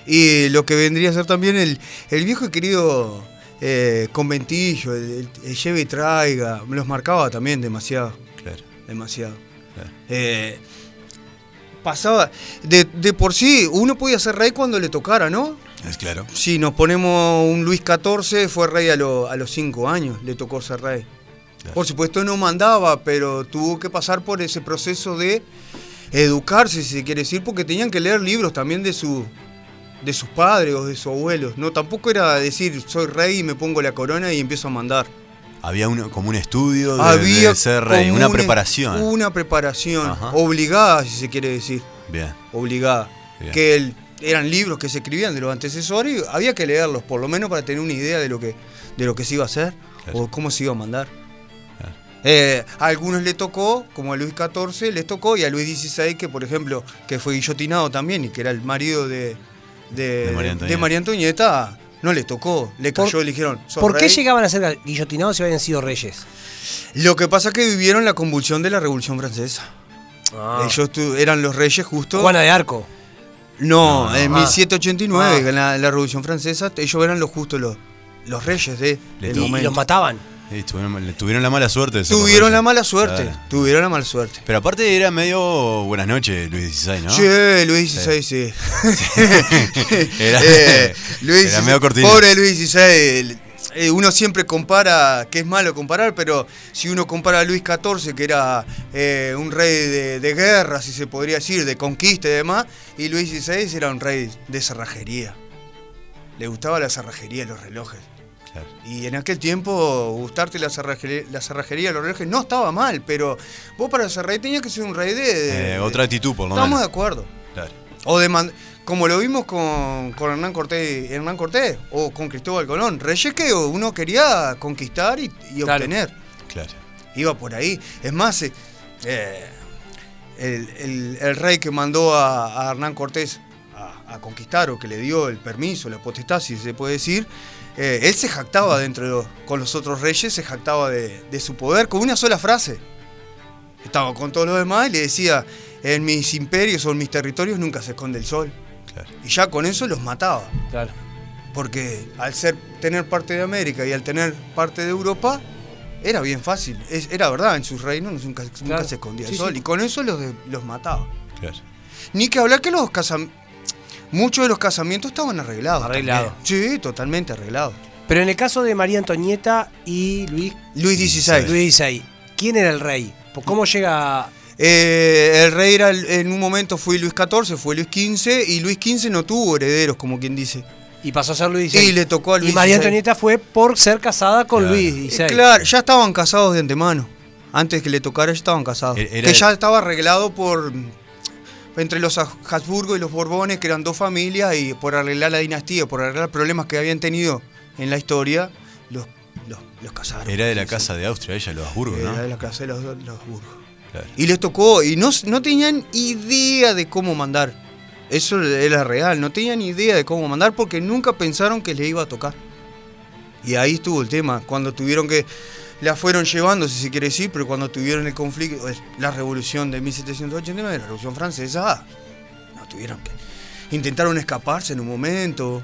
Y lo que vendría a ser también el, el viejo y querido eh, conventillo, el, el- el lleve y traiga, me los marcaba también demasiado, Claro. demasiado. Claro. Eh, pasaba. De, de por sí, uno podía ser rey cuando le tocara, ¿no? Es claro. Si nos ponemos un Luis XIV, fue rey a, lo- a los 5 años, le tocó ser rey. Claro. Por supuesto no mandaba, pero tuvo que pasar por ese proceso de educarse, si se quiere decir, porque tenían que leer libros también de, su, de sus padres o de sus abuelos. No, tampoco era decir soy rey y me pongo la corona y empiezo a mandar. Había un- como un estudio de, Había de ser rey, como una preparación. Una preparación, Ajá. obligada, si se quiere decir Bien. obligada. Bien. Que el- eran libros que se escribían de los antecesores y había que leerlos, por lo menos para tener una idea de lo que, de lo que se iba a hacer Claro. o cómo se iba a mandar. Ah. Eh, a algunos le tocó, como a Luis XIV les tocó, y a Luis XVI, que por ejemplo, que fue guillotinado también y que era el marido de, de, De María Antonieta. de María Antonieta, no le tocó, le Por- cayó y le dijeron. "Sos ¿Por qué rey". llegaban a ser guillotinados si habían sido reyes? Lo que pasa es que vivieron la convulsión de la Revolución Francesa. Ah. Ellos tu- eran los reyes justo. Juana de Arco. No, en Ah. 1789, Ah. en la, la Revolución Francesa, ellos eran los justos, los, los reyes de, Le del to- Y- Y, momento. los mataban. Eh, tuvieron, le tuvieron la mala suerte. de ser Tuvieron los la mala reyes. suerte, Claro. tuvieron la mala suerte. Pero aparte era medio buenas noches, Luis XVI, ¿no? Sí, Luis XVI, sí. Era- Eh, Luis era XVI, medio cortina. Pobre Luis XVI. el- eh, uno siempre compara, que es malo comparar, pero si uno compara a Luis XIV, que era eh, un rey de, de guerra, si se podría decir, de conquista y demás, y Luis XVI era un rey de cerrajería. Le gustaba la cerrajería, los relojes. Claro. Y en aquel tiempo, gustarte la cerrajería, la cerrajería, los relojes, no estaba mal, pero vos para ser rey tenías que ser un rey de. de- Eh, otra actitud, por lo Estamos de menos. acuerdo. Claro. O de man- como lo vimos con, con Hernán Cortés, Hernán Cortés o con Cristóbal Colón, reyes que uno quería conquistar y, y Claro. obtener. Claro. Iba por ahí. Es más, eh, eh, el, el- el rey que mandó a, a Hernán Cortés a, a conquistar o que le dio el permiso, la potestad, si se puede decir, eh, él se jactaba dentro de los- con los otros reyes, se jactaba de, de su poder con una sola frase. Estaba con todos los demás y le decía, en mis imperios o en mis territorios nunca se esconde el sol. Claro. Y ya con eso los mataba. Claro. Porque al ser, tener parte de América y al tener parte de Europa, era bien fácil. Es- era verdad, en sus reinos nunca, nunca Claro. se escondía Sí, el sol. sí. Y con eso los, de- los mataba. Claro. Ni que hablar que los casam- muchos de los casamientos estaban arreglados. Arreglados. también. Sí, totalmente arreglados. Pero en el caso de María Antonieta y Luis, Luis XVI. Luis XVI, ¿quién era el rey? ¿Por ¿Cómo llega Eh, el rey era, el- en un momento fue Luis XIV, fue Luis XV, y Luis XV no tuvo herederos, como quien dice. y pasó a ser Luis Y XVI? le tocó a Luis Y María XVI. Antonieta fue por ser casada con Claro. Luis XVI. Eh, Claro, ya estaban casados de antemano. Antes que le tocara ya estaban casados. Era- era- que ya estaba arreglado por entre los Ha- Habsburgo y los Borbones, que eran dos familias, y por arreglar la dinastía, por arreglar problemas que habían tenido en la historia, los, los, los casaron. Era de la casa de Austria, ella, los Habsburgo, Era de ¿no? Eh, la casa de los, los Habsburgo. Claro. Y les tocó, y no, no tenían idea de cómo mandar. Eso era real, no tenían idea de cómo mandar porque nunca pensaron que les iba a tocar. Y ahí estuvo el tema, cuando tuvieron que, la fueron llevando, si se quiere decir, pero cuando tuvieron el conflicto, eh, la revolución de 1789, la revolución francesa, no tuvieron que. Intentaron escaparse en un momento,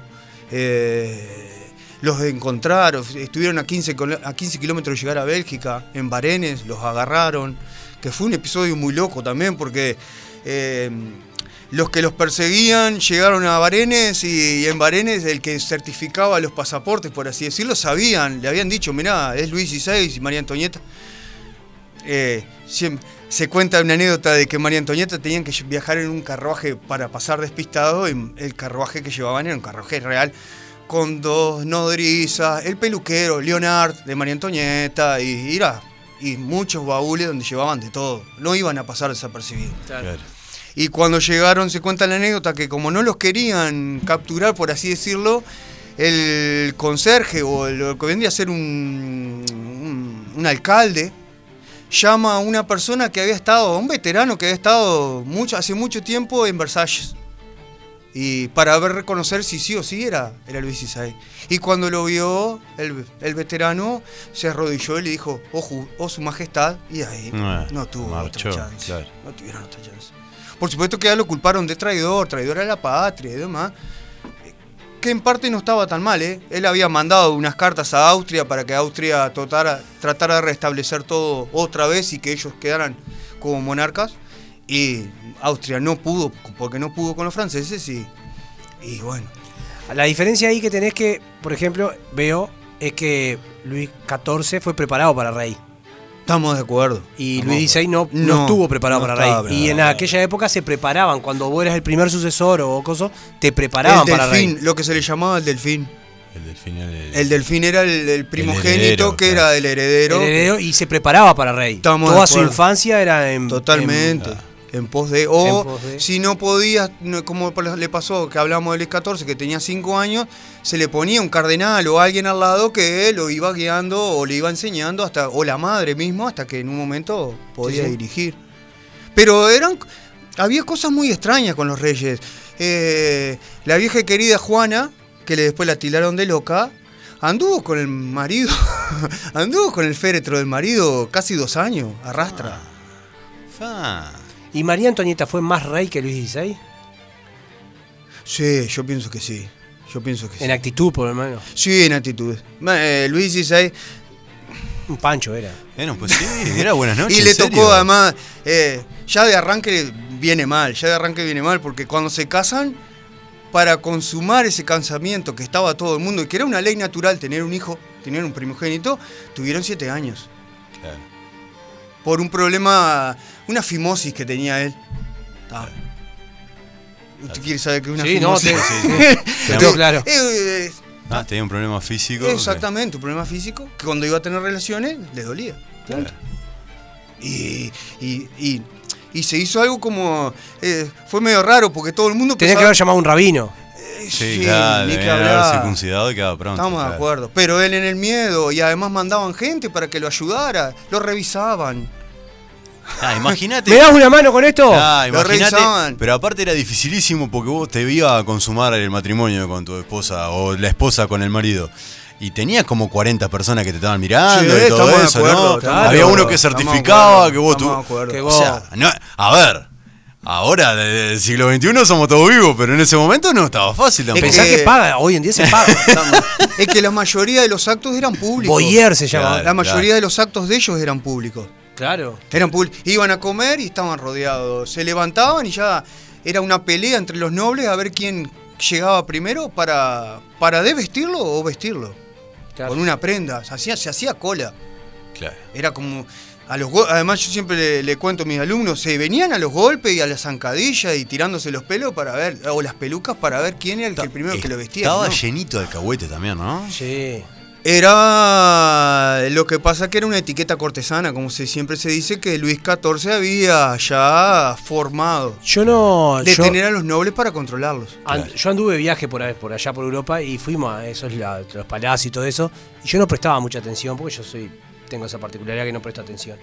eh, los encontraron, estuvieron a 15, colo- a 15 kilómetros de llegar a Bélgica, en Barenes, los agarraron, que fue un episodio muy loco también, porque eh, los que los perseguían llegaron a Barenes y, y en Barenes el que certificaba los pasaportes, por así decirlo, sabían, le habían dicho, mirá, es Luis XVI y María Antonieta. Eh, siem- se cuenta una anécdota de que María Antonieta tenían que lle- viajar en un carruaje para pasar despistado y el carruaje que llevaban era un carruaje real con dos nodrizas, el peluquero, Leonard de María Antonieta y, y era- y muchos baúles donde llevaban de todo. No iban a pasar desapercibidos. Claro. Y cuando llegaron, se cuenta la anécdota que como no los querían capturar, por así decirlo, el conserje o lo que vendría a ser un, un- un alcalde llama a una persona que había estado, a un veterano que había estado mucho, hace mucho tiempo en Versalles. Y para ver reconocer si sí o sí era, era Luis Isai. Y cuando lo vio, el, el veterano se arrodilló y le dijo, oh, ju- oh, su majestad, y ahí Ah, no tuvo marchó, otra chance. claro. No tuvieron otra chance. Por supuesto que ya lo culparon de traidor, traidor a la patria y demás. Que en parte no estaba tan mal, ¿eh? Él había mandado unas cartas a Austria para que Austria totara- tratara de restablecer todo otra vez y que ellos quedaran como monarcas. Y Austria no pudo, porque no pudo con los franceses y, y bueno. La diferencia ahí que tenés que, por ejemplo, veo, es que Luis XIV fue preparado para rey. Estamos de acuerdo. Y Estamos Luis de XVI no, no, No, estuvo preparado no para estaba rey. Y en preparado. aquella época se preparaban. Cuando vos eras el primer sucesor o coso, te acuerdo. preparaban El para delfín, rey. lo que se le llamaba el delfín. El del final. El delfín era el, el primogénito heredero, que claro. era el heredero. El heredero y se preparaba para rey. Estamos de Toda su acuerdo. infancia era en. ah, Totalmente. en- en pos de. O En pos de. si no podías, no, como pa- le pasó que hablamos del X14, que tenía 5 años, se le ponía un cardenal o alguien al lado que lo iba guiando o le iba enseñando, hasta o la madre mismo, hasta que en un momento podía Sí, sí. dirigir. Pero eran. Había cosas muy extrañas con los reyes. Eh, la vieja y querida Juana, que le- después la tildaron de loca, anduvo con el marido. anduvo con el féretro del marido casi dos años, arrastra. Fa. ¿Y María Antonieta fue más rey que Luis XVI? Sí, yo pienso que sí. Yo pienso que sí. En actitud, por lo menos. sí, en actitud. Eh, Luis XVI. Un pancho era. Bueno, pues sí, era buenas noches. y le en serio. tocó además. eh, ya de arranque viene mal, ya de arranque viene mal, porque cuando se casan, para consumar ese cansamiento que estaba todo el mundo, y que era una ley natural tener un hijo, tener un primogénito, tuvieron siete años. Claro. Por un problema, una fimosis que tenía él. Ah. ¿Usted quiere saber qué es una Sí, no, fimosis? te- Sí, sí. te- Digamos, claro. Eh, eh, Ah, tenía un problema físico. Exactamente, un problema físico que cuando iba a tener relaciones le dolía. punto. Y, y- y- y se hizo algo como. eh, fue medio raro porque todo el mundo Tenía que pensaba- haber llamado a un rabino. Eh, Sí, claro, ni que debían haber hablar. circuncidado y quedaba pronto. Estamos claro. de acuerdo. Pero él en el miedo y además mandaban gente para que lo ayudara. Lo revisaban. Ah, imagínate. ¿Me das una mano con esto? Ah, Lo imagínate. revisaban. Pero aparte era dificilísimo porque vos te ibas a consumar el matrimonio con tu esposa o la esposa con el marido. Y tenías como 40 personas que te estaban mirando Sí, y todo estamos de eso, acuerdo, ¿no? estamos de Había acuerdo, uno que estamos de certificaba acuerdo, que vos estamos de tú. acuerdo. que o vos- sea, no- a ver. Ahora, del siglo XXI somos todos vivos, pero en ese momento no estaba fácil tampoco. Pensá que... que- paga, hoy en día se paga. Eh, Estamos- es que la mayoría de los actos eran públicos. Boyer se llama. Claro. La mayoría de los actos de ellos eran públicos. Claro. Eran pul- Iban a comer y estaban rodeados. Se levantaban y ya era una pelea entre los nobles a ver quién llegaba primero para, para desvestirlo o vestirlo. Claro. Con una prenda. Se hacía, se hacía cola. Claro. Era como. A los go- Además, yo siempre le, le cuento a mis alumnos, se venían a los golpes y a las zancadillas y tirándose los pelos para ver, o las pelucas para ver quién era el, que- el primero que lo vestía. Estaba ¿no? llenito de alcahuete también, ¿no? Sí. Era lo que pasa que era una etiqueta cortesana, como se, siempre se dice que Luis XIV había ya formado Yo Ah, no. de yo- tener a los nobles para controlarlos. And- Yo anduve de viaje por, ahí- por allá por Europa y fuimos a esos la- los palacios y todo eso. Y yo no prestaba mucha atención porque yo soy tengo esa particularidad que no presto atención.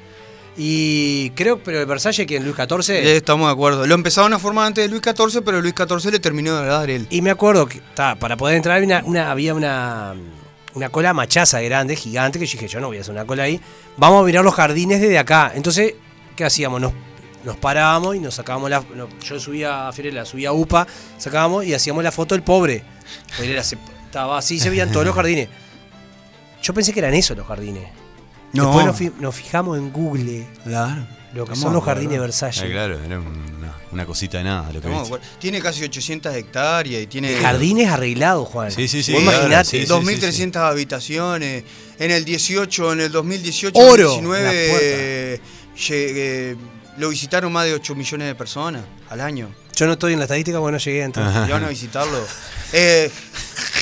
Y creo, pero en Versalles que en Luis XIV. Eh, Estamos de acuerdo. Lo empezaron a formar antes de Luis XIV, pero Luis XIV le terminó de dar el. Y me acuerdo que ta, para poder entrar había una, una- había una, una cola machaza grande, gigante, que yo dije, yo no voy a hacer una cola ahí. Vamos a mirar los jardines desde acá. Entonces, ¿qué hacíamos? Nos, nos parábamos y nos sacábamos la... no, yo subía a Fiorella, subía a UPA, sacábamos y hacíamos la foto del pobre. Fiorella se- estaba así, se veían todos los jardines. Yo pensé que eran esos los jardines. Después nos, fi- nos fijamos en Google Claro. lo que Estamos son de acuerdo. los jardines de Ah, Versalles. claro, era una, una cosita de nada lo que Estamos de viste. acuerdo. Tiene casi 800 hectáreas y tiene. Jardines arreglados, Juan. Sí, sí, sí, Vos claro, imaginate, sí, sí. 2.300 habitaciones. En el 18, en el 2018, Oro. 2019, La puerta. eh, llegué- lo visitaron más de 8 millones de personas al año. Yo no estoy en la estadística porque no llegué a entrar. Iban a visitarlo. Eh,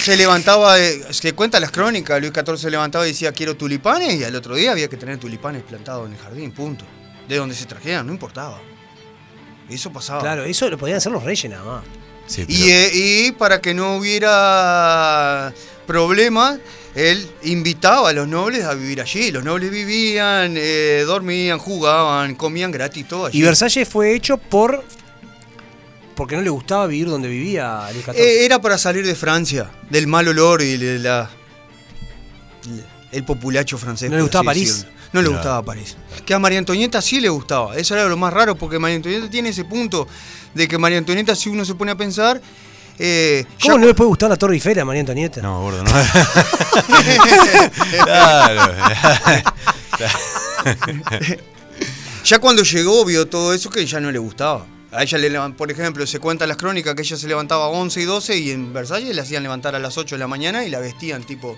se levantaba, eh, se cuenta las crónicas, Luis XIV se levantaba y decía quiero tulipanes y al otro día había que tener tulipanes plantados en el jardín, punto. De donde se trajeran, no importaba. Eso pasaba. Claro, eso lo podían hacer los reyes nada más. Sí, pero- Y, eh, y para que no hubiera problemas, él invitaba a los nobles a vivir allí. Los nobles vivían, eh, dormían, jugaban, comían gratis, todo allí. Y Versalles fue hecho por. porque no le gustaba vivir donde vivía a Luis XIV. Eh, era para salir de Francia, del mal olor y de la, el populacho francés. No le por gustaba así París. decirlo. No le gustaba París. Que a María Antonieta sí le gustaba. Eso era lo más raro, porque María Antonieta tiene ese punto de que María Antonieta, si uno se pone a pensar. eh, ¿Cómo ya- no le puede gustar la Torre Eiffel a María Antonieta? No, gordo, no. claro. Ya cuando llegó vio todo eso que ya no le gustaba. A ella le levan- por ejemplo, se cuentan las crónicas que ella se levantaba a 11 y 12 y en Versalles le hacían levantar a las 8 de la mañana y la vestían tipo...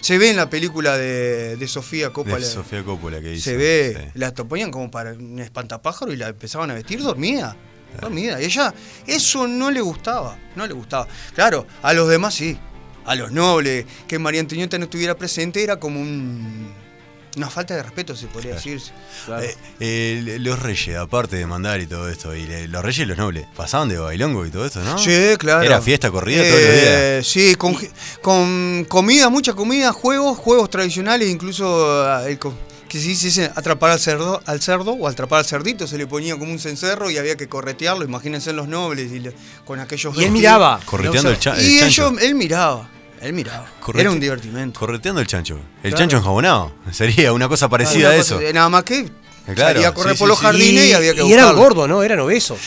Se ve en la película de, de Sofía Coppola. De Sofía Coppola que hizo. se ve, sí. la to- ponían como para un espantapájaro y la empezaban a vestir dormida. Eh. Dormida. Y ella, eso no le gustaba, no le gustaba. Claro, a los demás sí. A los nobles, que María Antonieta no estuviera presente era como un, Una falta de respeto se podría decir. Eh, eh, los reyes, aparte de mandar y todo esto, y le- los reyes y los nobles, pasaban de bailongo y todo esto, ¿no? Sí, claro. Ah. Era fiesta corrida todos los Eh, días. Sí, con, ge- con comida, mucha comida, juegos, juegos tradicionales, incluso ah, el co- que se dice ese, atrapar al cerdo, al cerdo o atrapar al cerdito, se le ponía como un cencerro y había que corretearlo, imagínense los nobles y le- con aquellos Y él vestidos. miraba. Lo Correteando el, cha- el Y chancho. ellos, él miraba, él miraba. Correte- Era un divertimento. Correteando el chancho. El chancho enjabonado. Sería una cosa parecida Una a cosa- eso. eh, Nada más que Claro, salía a correr sí, por sí, los sí. jardines y, había que y eran buscarlo. gordos, ¿no? Eran obesos.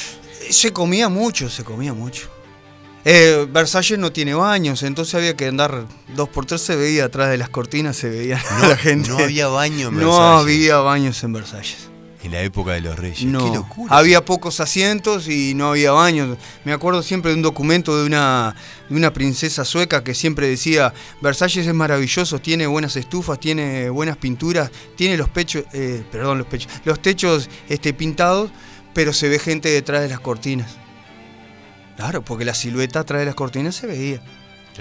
Se comía mucho, se comía mucho. Eh, Versalles no tiene baños, entonces había que andar dos por tres, se veía atrás de las cortinas, se veía a la gente. no había baño en No Versalles. había baños en Versalles. En la época de los reyes. No. Qué locura. Había pocos asientos y no había baños. Me acuerdo siempre de un documento de una, de una princesa sueca que siempre decía, Versalles es maravilloso, tiene buenas estufas, tiene buenas pinturas, tiene los pechos, eh, perdón, los pechos, los techos este, pintados, pero se ve gente detrás de las cortinas. Claro, porque la silueta atrás de las cortinas se veía.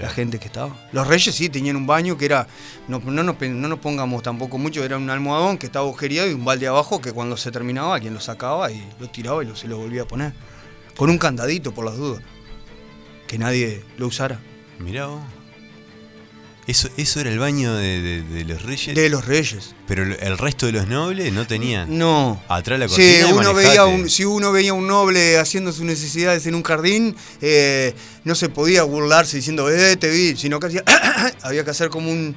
La gente que estaba. Los reyes sí tenían un baño que era. No, no, nos, pe- no nos pongamos tampoco mucho, era un almohadón que estaba agujereado y un balde abajo que cuando se terminaba, quien lo sacaba y lo tiraba y lo- se lo volvía a poner. Con un candadito, por las dudas. Que nadie lo usara. Mirá vos. Eso, eso era el baño de, de- de los reyes. De los reyes. Pero el- el resto de los nobles no tenían. No. Atrás la cortina. Si y uno, manejate. veía un, si uno veía un noble haciendo sus necesidades en un jardín, eh, no se podía burlarse diciendo, eh, te vi, sino que hacía, había que hacer como un...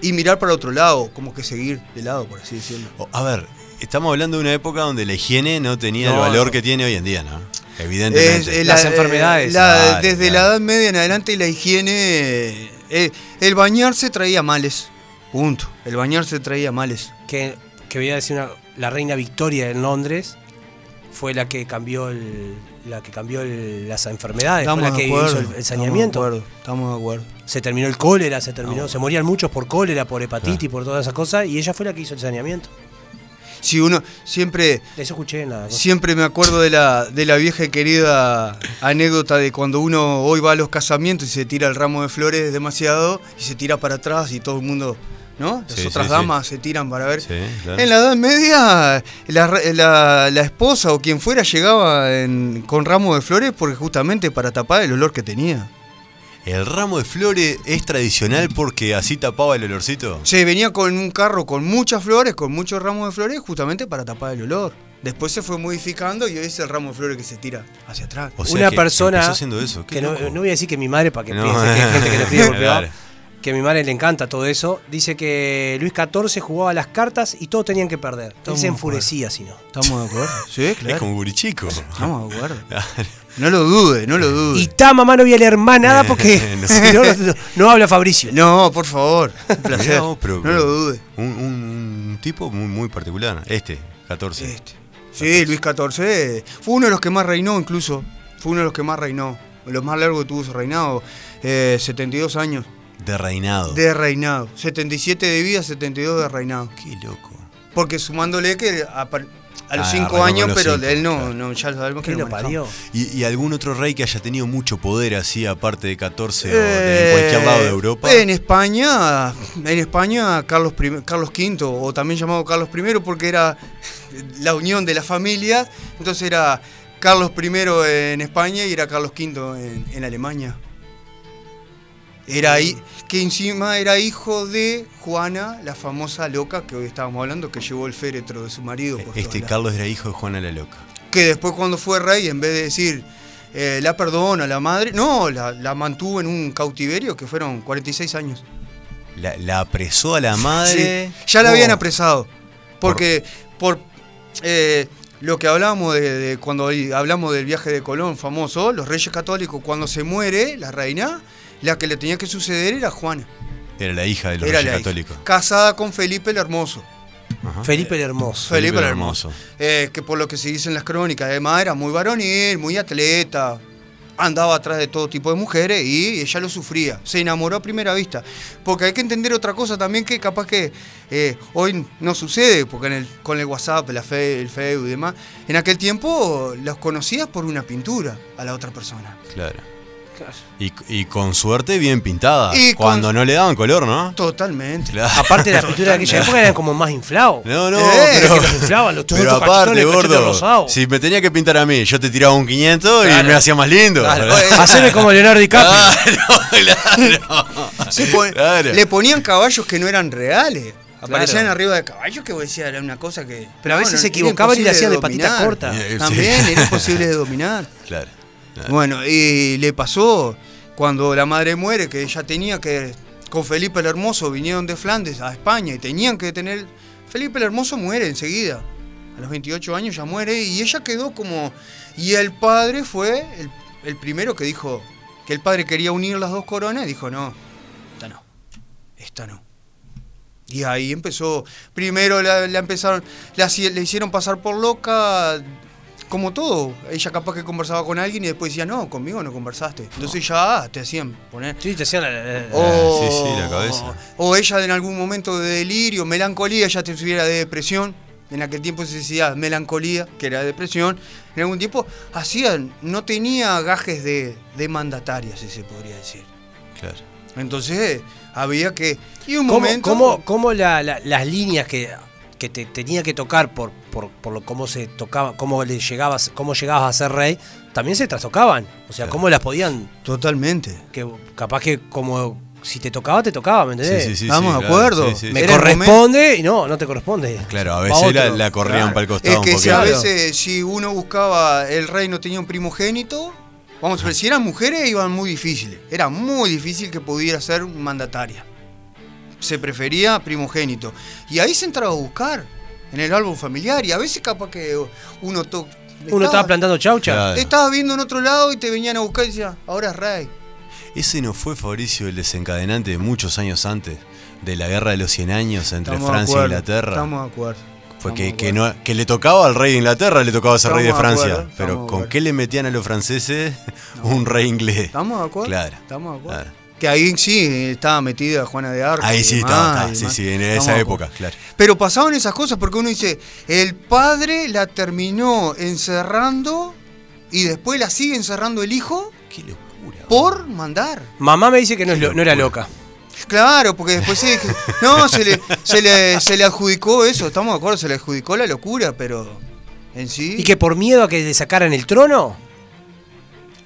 Y mirar para otro lado, como que seguir de lado, por así decirlo. O- A ver, estamos hablando de una época donde la higiene no tenía el No, valor no. que tiene hoy en día, ¿no? Es- Evidentemente. es Las enfermedades. Eh, la- Claro, desde claro. la Edad Media en adelante la higiene... eh, eh, el bañarse traía males. Punto. El bañarse traía males. Que, que voy a decir una. La reina Victoria en Londres fue la que cambió el, la que cambió el- las enfermedades, fue la que hizo el- el, saneamiento. Estamos de acuerdo. Estamos de acuerdo. Se terminó el cólera, se Ah, terminó, se morían muchos por cólera, por hepatitis, por todas esas cosas, y ella fue la que hizo el saneamiento. Si uno siempre... De eso escuché en la. Siempre me acuerdo de la, de la vieja y querida anécdota de cuando uno hoy va a los casamientos y se tira el ramo de flores demasiado y se tira para atrás y todo el mundo, ¿no? Las Sí, otras sí, sí. damas se tiran para ver. Sí, claro. En la Edad Media, la, re- la- la esposa o quien fuera llegaba en- con ramo de flores porque justamente para tapar el olor que tenía. El ramo de flores es tradicional porque así tapaba el olorcito. Se venía con un carro con muchas flores, con muchos ramos de flores, justamente para tapar el olor. Después se fue modificando y hoy es el ramo de flores que se tira hacia atrás. O sea una que persona empezó haciendo eso. Qué que no, loco. no voy a decir que mi madre para que No. piense que hay gente que le pide por privado, Claro. que a mi madre le encanta todo eso dice que Luis XIV jugaba a las cartas y todos tenían que perder él Estamos se de enfurecía si no ¿Estamos de acuerdo? Sí, Es como un gurichico. Estamos de acuerdo. Claro. No lo dude, no lo y dude. ta mamá no voy a leer más nada porque No. si no, no, no habla Fabricio No, por favor. Un placer. Mirá vos, pero- no lo dude. Un, un- un tipo muy, muy particular. Este, 14. Este. Sí, Luis XIV fue uno de los que más reinó incluso. Fue uno de los que más reinó. Lo más largo que tuvo su reinado. Eh, 72 años De reinado. de reinado. 77 de vida, 72 de reinado. Qué loco. Porque sumándole que a, par- a los Ah, 5 arrancó años, con los pero cinco, él no, claro. no, ya sabemos que ¿Qué lo manejaba. parió? ¿Y, y algún otro rey que haya tenido mucho poder así, aparte de 14 o de en cualquier lado de Eh, Europa? En España, en España Carlos, I Carlos V, o también llamado Carlos I, porque era la unión de las familias, entonces era Carlos I en España y era Carlos V en, en Alemania. Era ahí, que encima era hijo de Juana, la famosa loca que hoy estábamos hablando, que llevó el féretro de su marido. por todos este lados Carlos era hijo de Juana la Loca. que después cuando fue rey, en vez de decir eh, la perdona, la madre, no, la, la mantuvo en un cautiverio que fueron 46 años. La, la apresó a la madre. Sí, ya la Oh. habían apresado. Porque por eh, lo que hablábamos de, de cuando hablamos del viaje de Colón famoso, los reyes católicos, cuando se muere la reina, la que le tenía que suceder era Juana. Era la hija de los era reyes la hija, católicos. casada con Felipe el Hermoso. Felipe el Hermoso Felipe, Felipe el el Hermoso. Hermoso. Eh, que por lo que se dice en las crónicas, además era muy varonil, muy atleta, andaba atrás de todo tipo de mujeres y ella lo sufría. Se enamoró a primera vista. Porque hay que entender otra cosa también que capaz que eh, hoy no sucede, porque en el- con el WhatsApp, la fe, el Facebook y demás, en aquel tiempo los conocías por una pintura a la otra persona. Claro. Y, y con suerte bien pintada. Y con- cuando no le daban color, ¿no? Totalmente. Claro. Aparte, la pintura de aquella época eran como más inflados. No, no, Eh, pero, que los inflaban, los pero estos aparte, cachetones, cachete gordo. rosado. Si me tenía que pintar a mí, yo te tiraba un 500 y Claro. me hacía más lindo. Claro. eh. ¿verdad? Haceme como Leonardo DiCaprio. Ah. Claro, claro. Se pon- Claro. pues, Le ponían caballos que no eran reales. Aparecían Claro. arriba de caballos que vos decías, era una cosa que. Pero a no, veces no, se era equivocaban y imposible le hacían de patita dominar. corta. Eh, sí. También era imposible de dominar. Claro. Bueno, y le pasó cuando la madre muere, que ella tenía que, con Felipe el Hermoso, vinieron de Flandes a España y tenían que tener... Felipe el Hermoso muere enseguida, a los 28 años ya muere y ella quedó como... Y el padre fue el, el primero que dijo que el padre quería unir las dos coronas y dijo, no, esta no, esta no. Y ahí empezó, primero la, la empezaron, la, hici- le hicieron pasar por loca, como todo. Ella capaz que conversaba con alguien y después decía, no, conmigo no conversaste. Entonces ya te hacían poner... Sí, te hacían la- la- Oh, la- O, Ah, sí, sí, la cabeza. O ella en algún momento de delirio, melancolía, ya te subiera de depresión. En aquel tiempo se decía melancolía, que era depresión. En algún tiempo hacían, no tenía gajes de, de mandataria, si se podría decir. claro. Entonces había que. Y un ¿Cómo, momento. cómo- cómo la- la- las líneas que, que te tenía que tocar por, por, por lo, cómo se tocaba, cómo le llegabas, cómo llegabas a ser rey, también se trastocaban. O sea, cómo las podían, Totalmente. que capaz que como si te tocaba, te tocaba, ¿me entendés? Sí, sí, Estamos Eh, de claro, acuerdo. sí, sí, Me sí. Era el corresponde y no, no te corresponde. Claro, a Va veces la, otro. la corrían para el costado Es que un si poquito. a veces, si uno buscaba el rey no tenía un primogénito, vamos a ver, si eran mujeres iban muy difíciles. Era muy difícil que pudiera ser mandataria. Se prefería primogénito. Y ahí se entraba a buscar en el álbum familiar. Y a veces capaz que uno to- Uno estaba plantando chaucha. Claro. Estabas viendo en otro lado y te venían a buscar y decían, ahora es rey. Ese no fue Fabricio el desencadenante de muchos años antes de la guerra de los 100 años entre Estamos de Francia e acuerdo, Inglaterra. Estamos de acuerdo. Fue estamos que, de que acuerdo. no, que le tocaba al rey de Inglaterra, le tocaba ser rey de Estamos de Francia. acuerdo, estamos pero de ¿con acuerdo. qué le metían a los franceses un rey inglés? ¿Estamos de acuerdo? Claro. Estamos de acuerdo. Claro. Que ahí sí eh, estaba metida Juana de Arco. Ahí y sí demás, estaba, y estaba, sí, demás. sí, en Estamos esa de época, acuerdo. claro. Pero pasaban esas cosas porque uno dice, el padre la terminó encerrando y después la sigue encerrando el hijo Qué locura. por mandar. Mamá me dice que no, es lo- no era loca. Claro, porque después se, no, se, le, se, le, se le adjudicó eso, estamos de acuerdo, se le adjudicó la locura, pero en sí... Y que por miedo a que le sacaran el trono,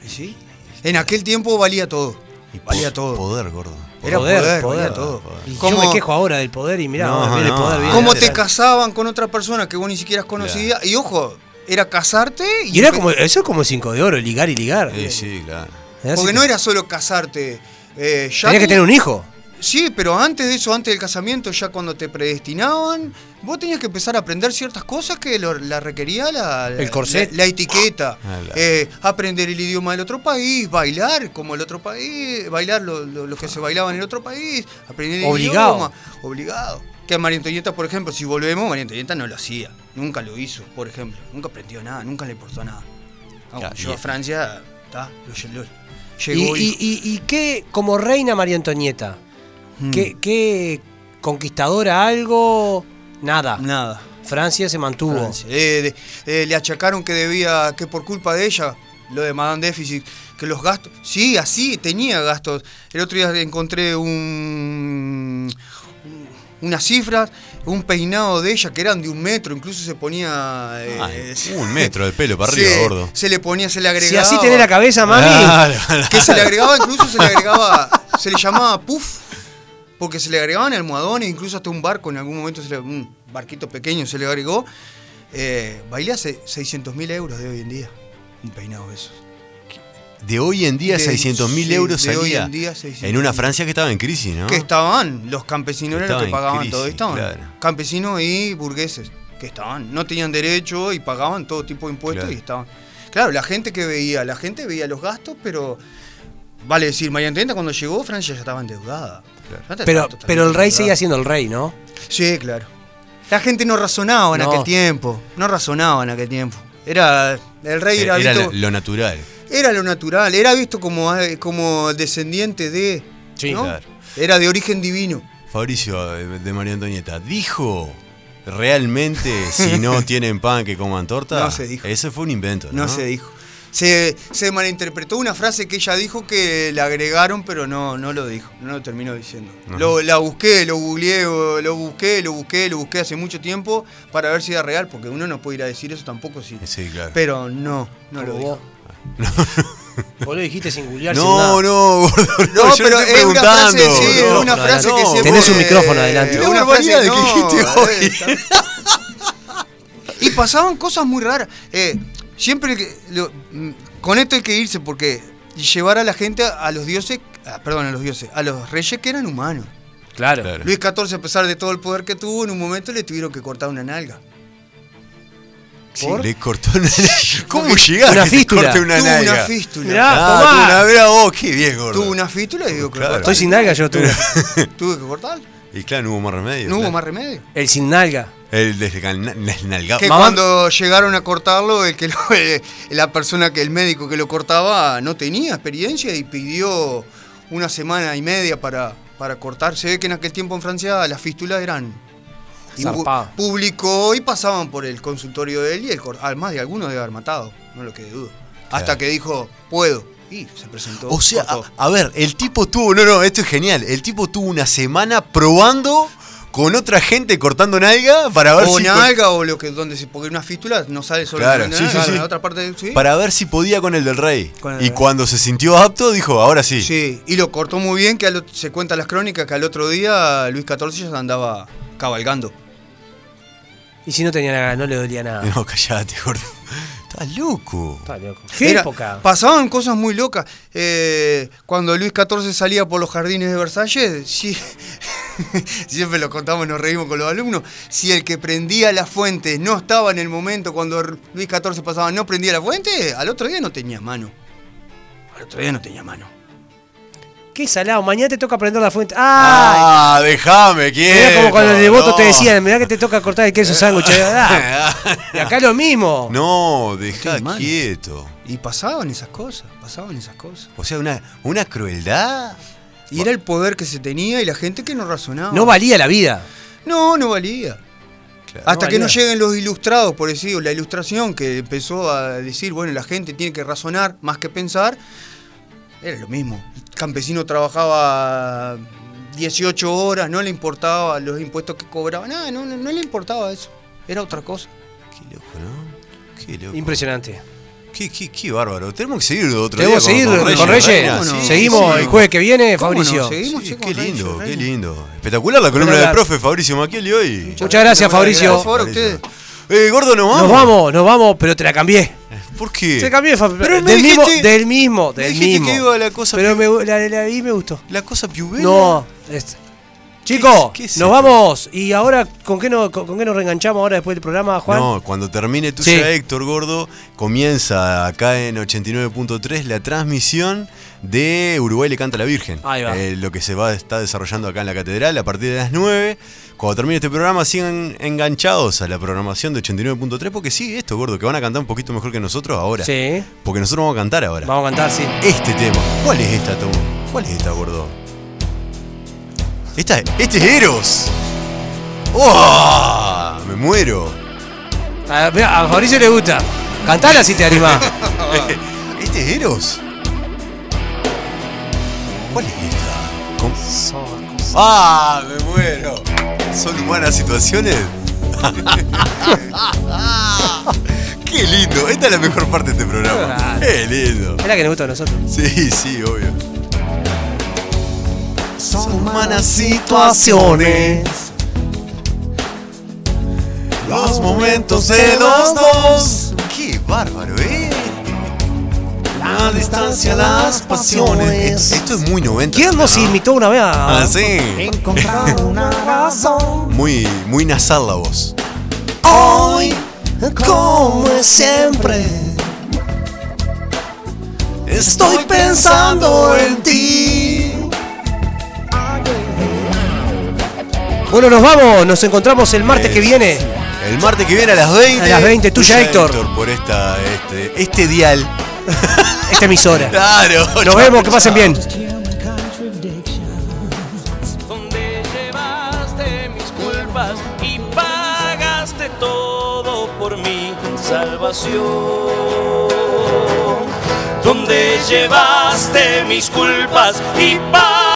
en sí, en aquel tiempo valía todo. Y valía todo. Poder, gordo. Era Poder, poder, poder. valía todo. y Como- yo me quejo ahora del poder y mirá, No, ahora viene el no. poder. viene- Cómo Era- te casaban con otra persona que vos ni siquiera conocías. Y ojo, era casarte y. Y era como, eso es como cinco de oro, ligar y ligar. Sí, sí, claro. Era Porque así. no era solo casarte. Eh, ya Tenía que tu- tener un hijo. Sí, pero antes de eso, antes del casamiento, ya cuando te predestinaban, vos tenías que empezar a aprender ciertas cosas que lo- la requería la, El corset. la, la etiqueta. Ah, la- Eh, aprender el idioma del otro país, bailar como el otro país, bailar lo, lo- lo que se bailaba en el otro país, aprender el Obligado. idioma. Obligado. Que María Antonieta, por ejemplo, si volvemos, María Antonieta no lo hacía. Nunca lo hizo, por ejemplo. Nunca aprendió nada, nunca le importó nada. Ah, Claro, yo y- a Francia, ta, lo- lo- Y, llegó y- y- y qué, como reina María Antonieta, Mm. ¿qué, qué conquistadora algo? Nada. nada. Francia se mantuvo. Francia. Eh, de- eh, le achacaron que debía, que por culpa de ella, lo de Madame Déficit, que los gastos. Sí, así tenía gastos. El otro día encontré un unas cifras, un peinado de ella que eran de un metro, incluso se ponía eh, Ah, un metro de pelo para arriba, se- gordo. Se le ponía, se le agregaba. Si así tenés la cabeza, mami. Claro, Que se le agregaba, incluso se le agregaba, se le llamaba puff, porque se le agregaban almohadones, incluso hasta un barco en algún momento, se le- un barquito pequeño se le agregó. Eh, bailé hace 600 mil euros de hoy en día. Un peinado de esos. De hoy en día, De- 600 mil sí, euros de hoy salía. en día, 600.000. en una Francia que estaba en crisis, ¿no? Que estaban, los campesinos Que eran los que estaban en pagaban crisis, todo, estaban. claro. Campesinos y burgueses, que estaban, no tenían derecho y pagaban todo tipo de impuestos Claro. y estaban. Claro, la gente que veía, la gente veía los gastos, pero vale decir, María Antonieta cuando llegó, Francia ya estaba endeudada. Ya estaba Pero, totalmente pero el rey seguía endeudada. siendo el rey, ¿no? Sí, claro. La gente no razonaba en No. aquel tiempo, no razonaba en aquel tiempo. Era, el rey Eh, era, Era visto- lo- lo natural. era lo natural, era visto como, eh, como descendiente de. Sí, ¿no? claro. Era de origen divino. Fabricio eh, de María Antonieta, ¿dijo realmente si no tienen pan que coman torta? No se dijo. Ese fue un invento, ¿no? No se dijo. Se, se malinterpretó una frase que ella dijo que la agregaron, pero no, no lo dijo, no lo terminó diciendo. Lo, la busqué, lo googleé, o- lo busqué, lo busqué, lo busqué hace mucho tiempo para ver si era real, porque uno no puede ir a decir eso tampoco si. Eh, Sí, claro. Pero no, no lo Como dijo. vos. Vos lo dijiste singular. No, no, gordo. No, Pues yo pero te es una frase, sí, es boludo. una No, frase no, que siempre... Tenés un micrófono adelante. Es Qué una frase barbaridad no, que dijiste hoy. eh, está- Y pasaban cosas muy raras. Eh, siempre que- lo- mm, con esto hay que irse porque llevar a la gente a, a los dioses, ah, perdón, a los dioses, a los reyes que eran humanos. Claro. Claro. Luis XIV, a pesar de todo el poder que tuvo, en un momento le tuvieron que cortar una nalga. Sí, ¿Por? le cortó una ¿Cómo Porque llegaste una a que te fístula. corte una tuvo nalga? una fístula. Mirá. Ah, Tomá. tuvo una vera vos, qué bien, gordo. Tuvo una fístula y digo, Claro. Estoy sin nalga yo tú. tuve que cortar. Y claro, no hubo más remedio. No hubo claro. más remedio. El sin nalga. El desnalgado. Que Mamá- cuando llegaron a cortarlo, el que lo- eh, la persona que el médico que lo cortaba no tenía experiencia y pidió una semana y media para, para cortar. Se ve que en aquel tiempo en Francia las fístulas eran y pu- Zarpado. público y pasaban por el consultorio de él y el cor- además de algunos de haber matado, no lo que dudo. Hasta que dijo, puedo. Y se presentó. O sea, cortó. a, a ver, el tipo tuvo, no, no, esto es genial. El tipo tuvo una semana probando con otra gente cortando nalga para ver o si Oh, nalga o lo que donde se porque una fístula no sale solo Claro, en la sí, sí, nalga, sí. en la otra parte del- sí. para ver si podía con el del rey. Con el y rey. cuando se sintió apto dijo, ahora sí. Sí, y lo cortó muy bien, que al ot- se cuentan las crónicas que al otro día Luis XIV ya andaba cabalgando. Y si no tenía nalga, no le dolía nada. No, callate, gordo. Estás loco. Está loco. ¿Qué Era- época? Pasaban cosas muy locas. Eh, cuando Luis XIV salía por los jardines de Versalles, sí, siempre lo contamos, nos reímos con los alumnos, si el que prendía las fuentes no estaba en el momento cuando R- Luis XIV pasaba, no prendía la fuente, al otro día no tenía mano. Al otro día no tenía mano. Qué salado. Mañana te toca prender la fuente. ¡Ay! Ah, déjame, Era ¿quién? como cuando el devoto te decían, mirá que te toca cortar el queso sándwich. Ah, y acá lo mismo. No, deja Estoy mal. quieto. Y pasaban esas cosas, pasaban esas cosas. O sea, una, una crueldad. Y era el poder que se tenía y la gente que no razonaba. No valía la vida. No, no valía. Claro. Hasta No que no valía. lleguen los ilustrados, por decir, la ilustración que empezó a decir, bueno, la gente tiene que razonar más que pensar, era lo mismo. El campesino trabajaba 18 horas, no le importaba los impuestos que cobraba, nada, no, no, no le importaba eso, era otra cosa. Qué loco, ¿no? Qué loco. Impresionante. Qué, qué- qué bárbaro. Tenemos que seguir otro Tenemos que día seguir con, con Reyes. reinas, ¿Cómo no? sí. Seguimos sí. el jueves que viene, ¿Cómo no? Fabricio. Sí. Seguimos, Sí, chicos, qué Reyes, lindo, Reyes. qué lindo. Espectacular la columna del Espectacular. profe Fabricio Macchielli hoy. Muchas gracias, Fabricio. Por favor, a ustedes. Eh, gordo, nos vamos. Nos vamos, nos vamos, pero te la cambié. ¿Por qué? Se cambió Fab- Pero del, me mismo, dijiste- del mismo, del dijiste mismo. que iba a la cosa pero me, la, la vi y me gustó. La cosa piubera. No, es- Chico, qué es nos esto? vamos. ¿Y ahora con qué, nos, con, con qué nos reenganchamos ahora después del programa, Juan? No, cuando termine tu Sí. Héctor Gordo, comienza acá en 89.3 la transmisión de Uruguay le canta a la Virgen. Ahí va. Eh, lo que se va está desarrollando acá en la catedral a partir de las 9. Cuando termine este programa sigan enganchados a la programación de 89.3 porque sí, esto, Gordo, que van a cantar un poquito mejor que nosotros ahora. Sí, Porque nosotros vamos a cantar ahora. vamos a cantar, sí. Este tema. ¿Cuál es esta, Tom? ¿Cuál es esta, Gordo? Esta, este es Eros. ¡Oh! Me muero. A, mirá, a Fabricio le gusta. Cantala si te anima. ¿Este es Eros? ¿Cuál es esta? ¿Cómo? ¡Ah! ¡Me muero! ¿Son humanas situaciones? ¡Qué lindo! Esta es la mejor parte de este programa. ¡Qué lindo! es la que nos gusta a nosotros. Sí, sí, obvio. Son humanas situaciones. Los momentos de los dos. Qué bárbaro, ¿eh? La distancia, las pasiones. Esto es muy 90. ¿Quién nos ¿no? imitó una vez a.? Ah, sí. Encontrar una razón Muy, muy nasal la voz. hoy, como es siempre. Estoy pensando en ti. Bueno, nos vamos. Nos encontramos el martes Este que viene. El martes que viene a las 20. A las 20, tuya, Héctor. por esta, este, este dial. Esta emisora. Claro. Nos vemos, que pasen bien. donde llevaste mis culpas y pagaste todo por mi salvación. donde llevaste mis culpas y paz.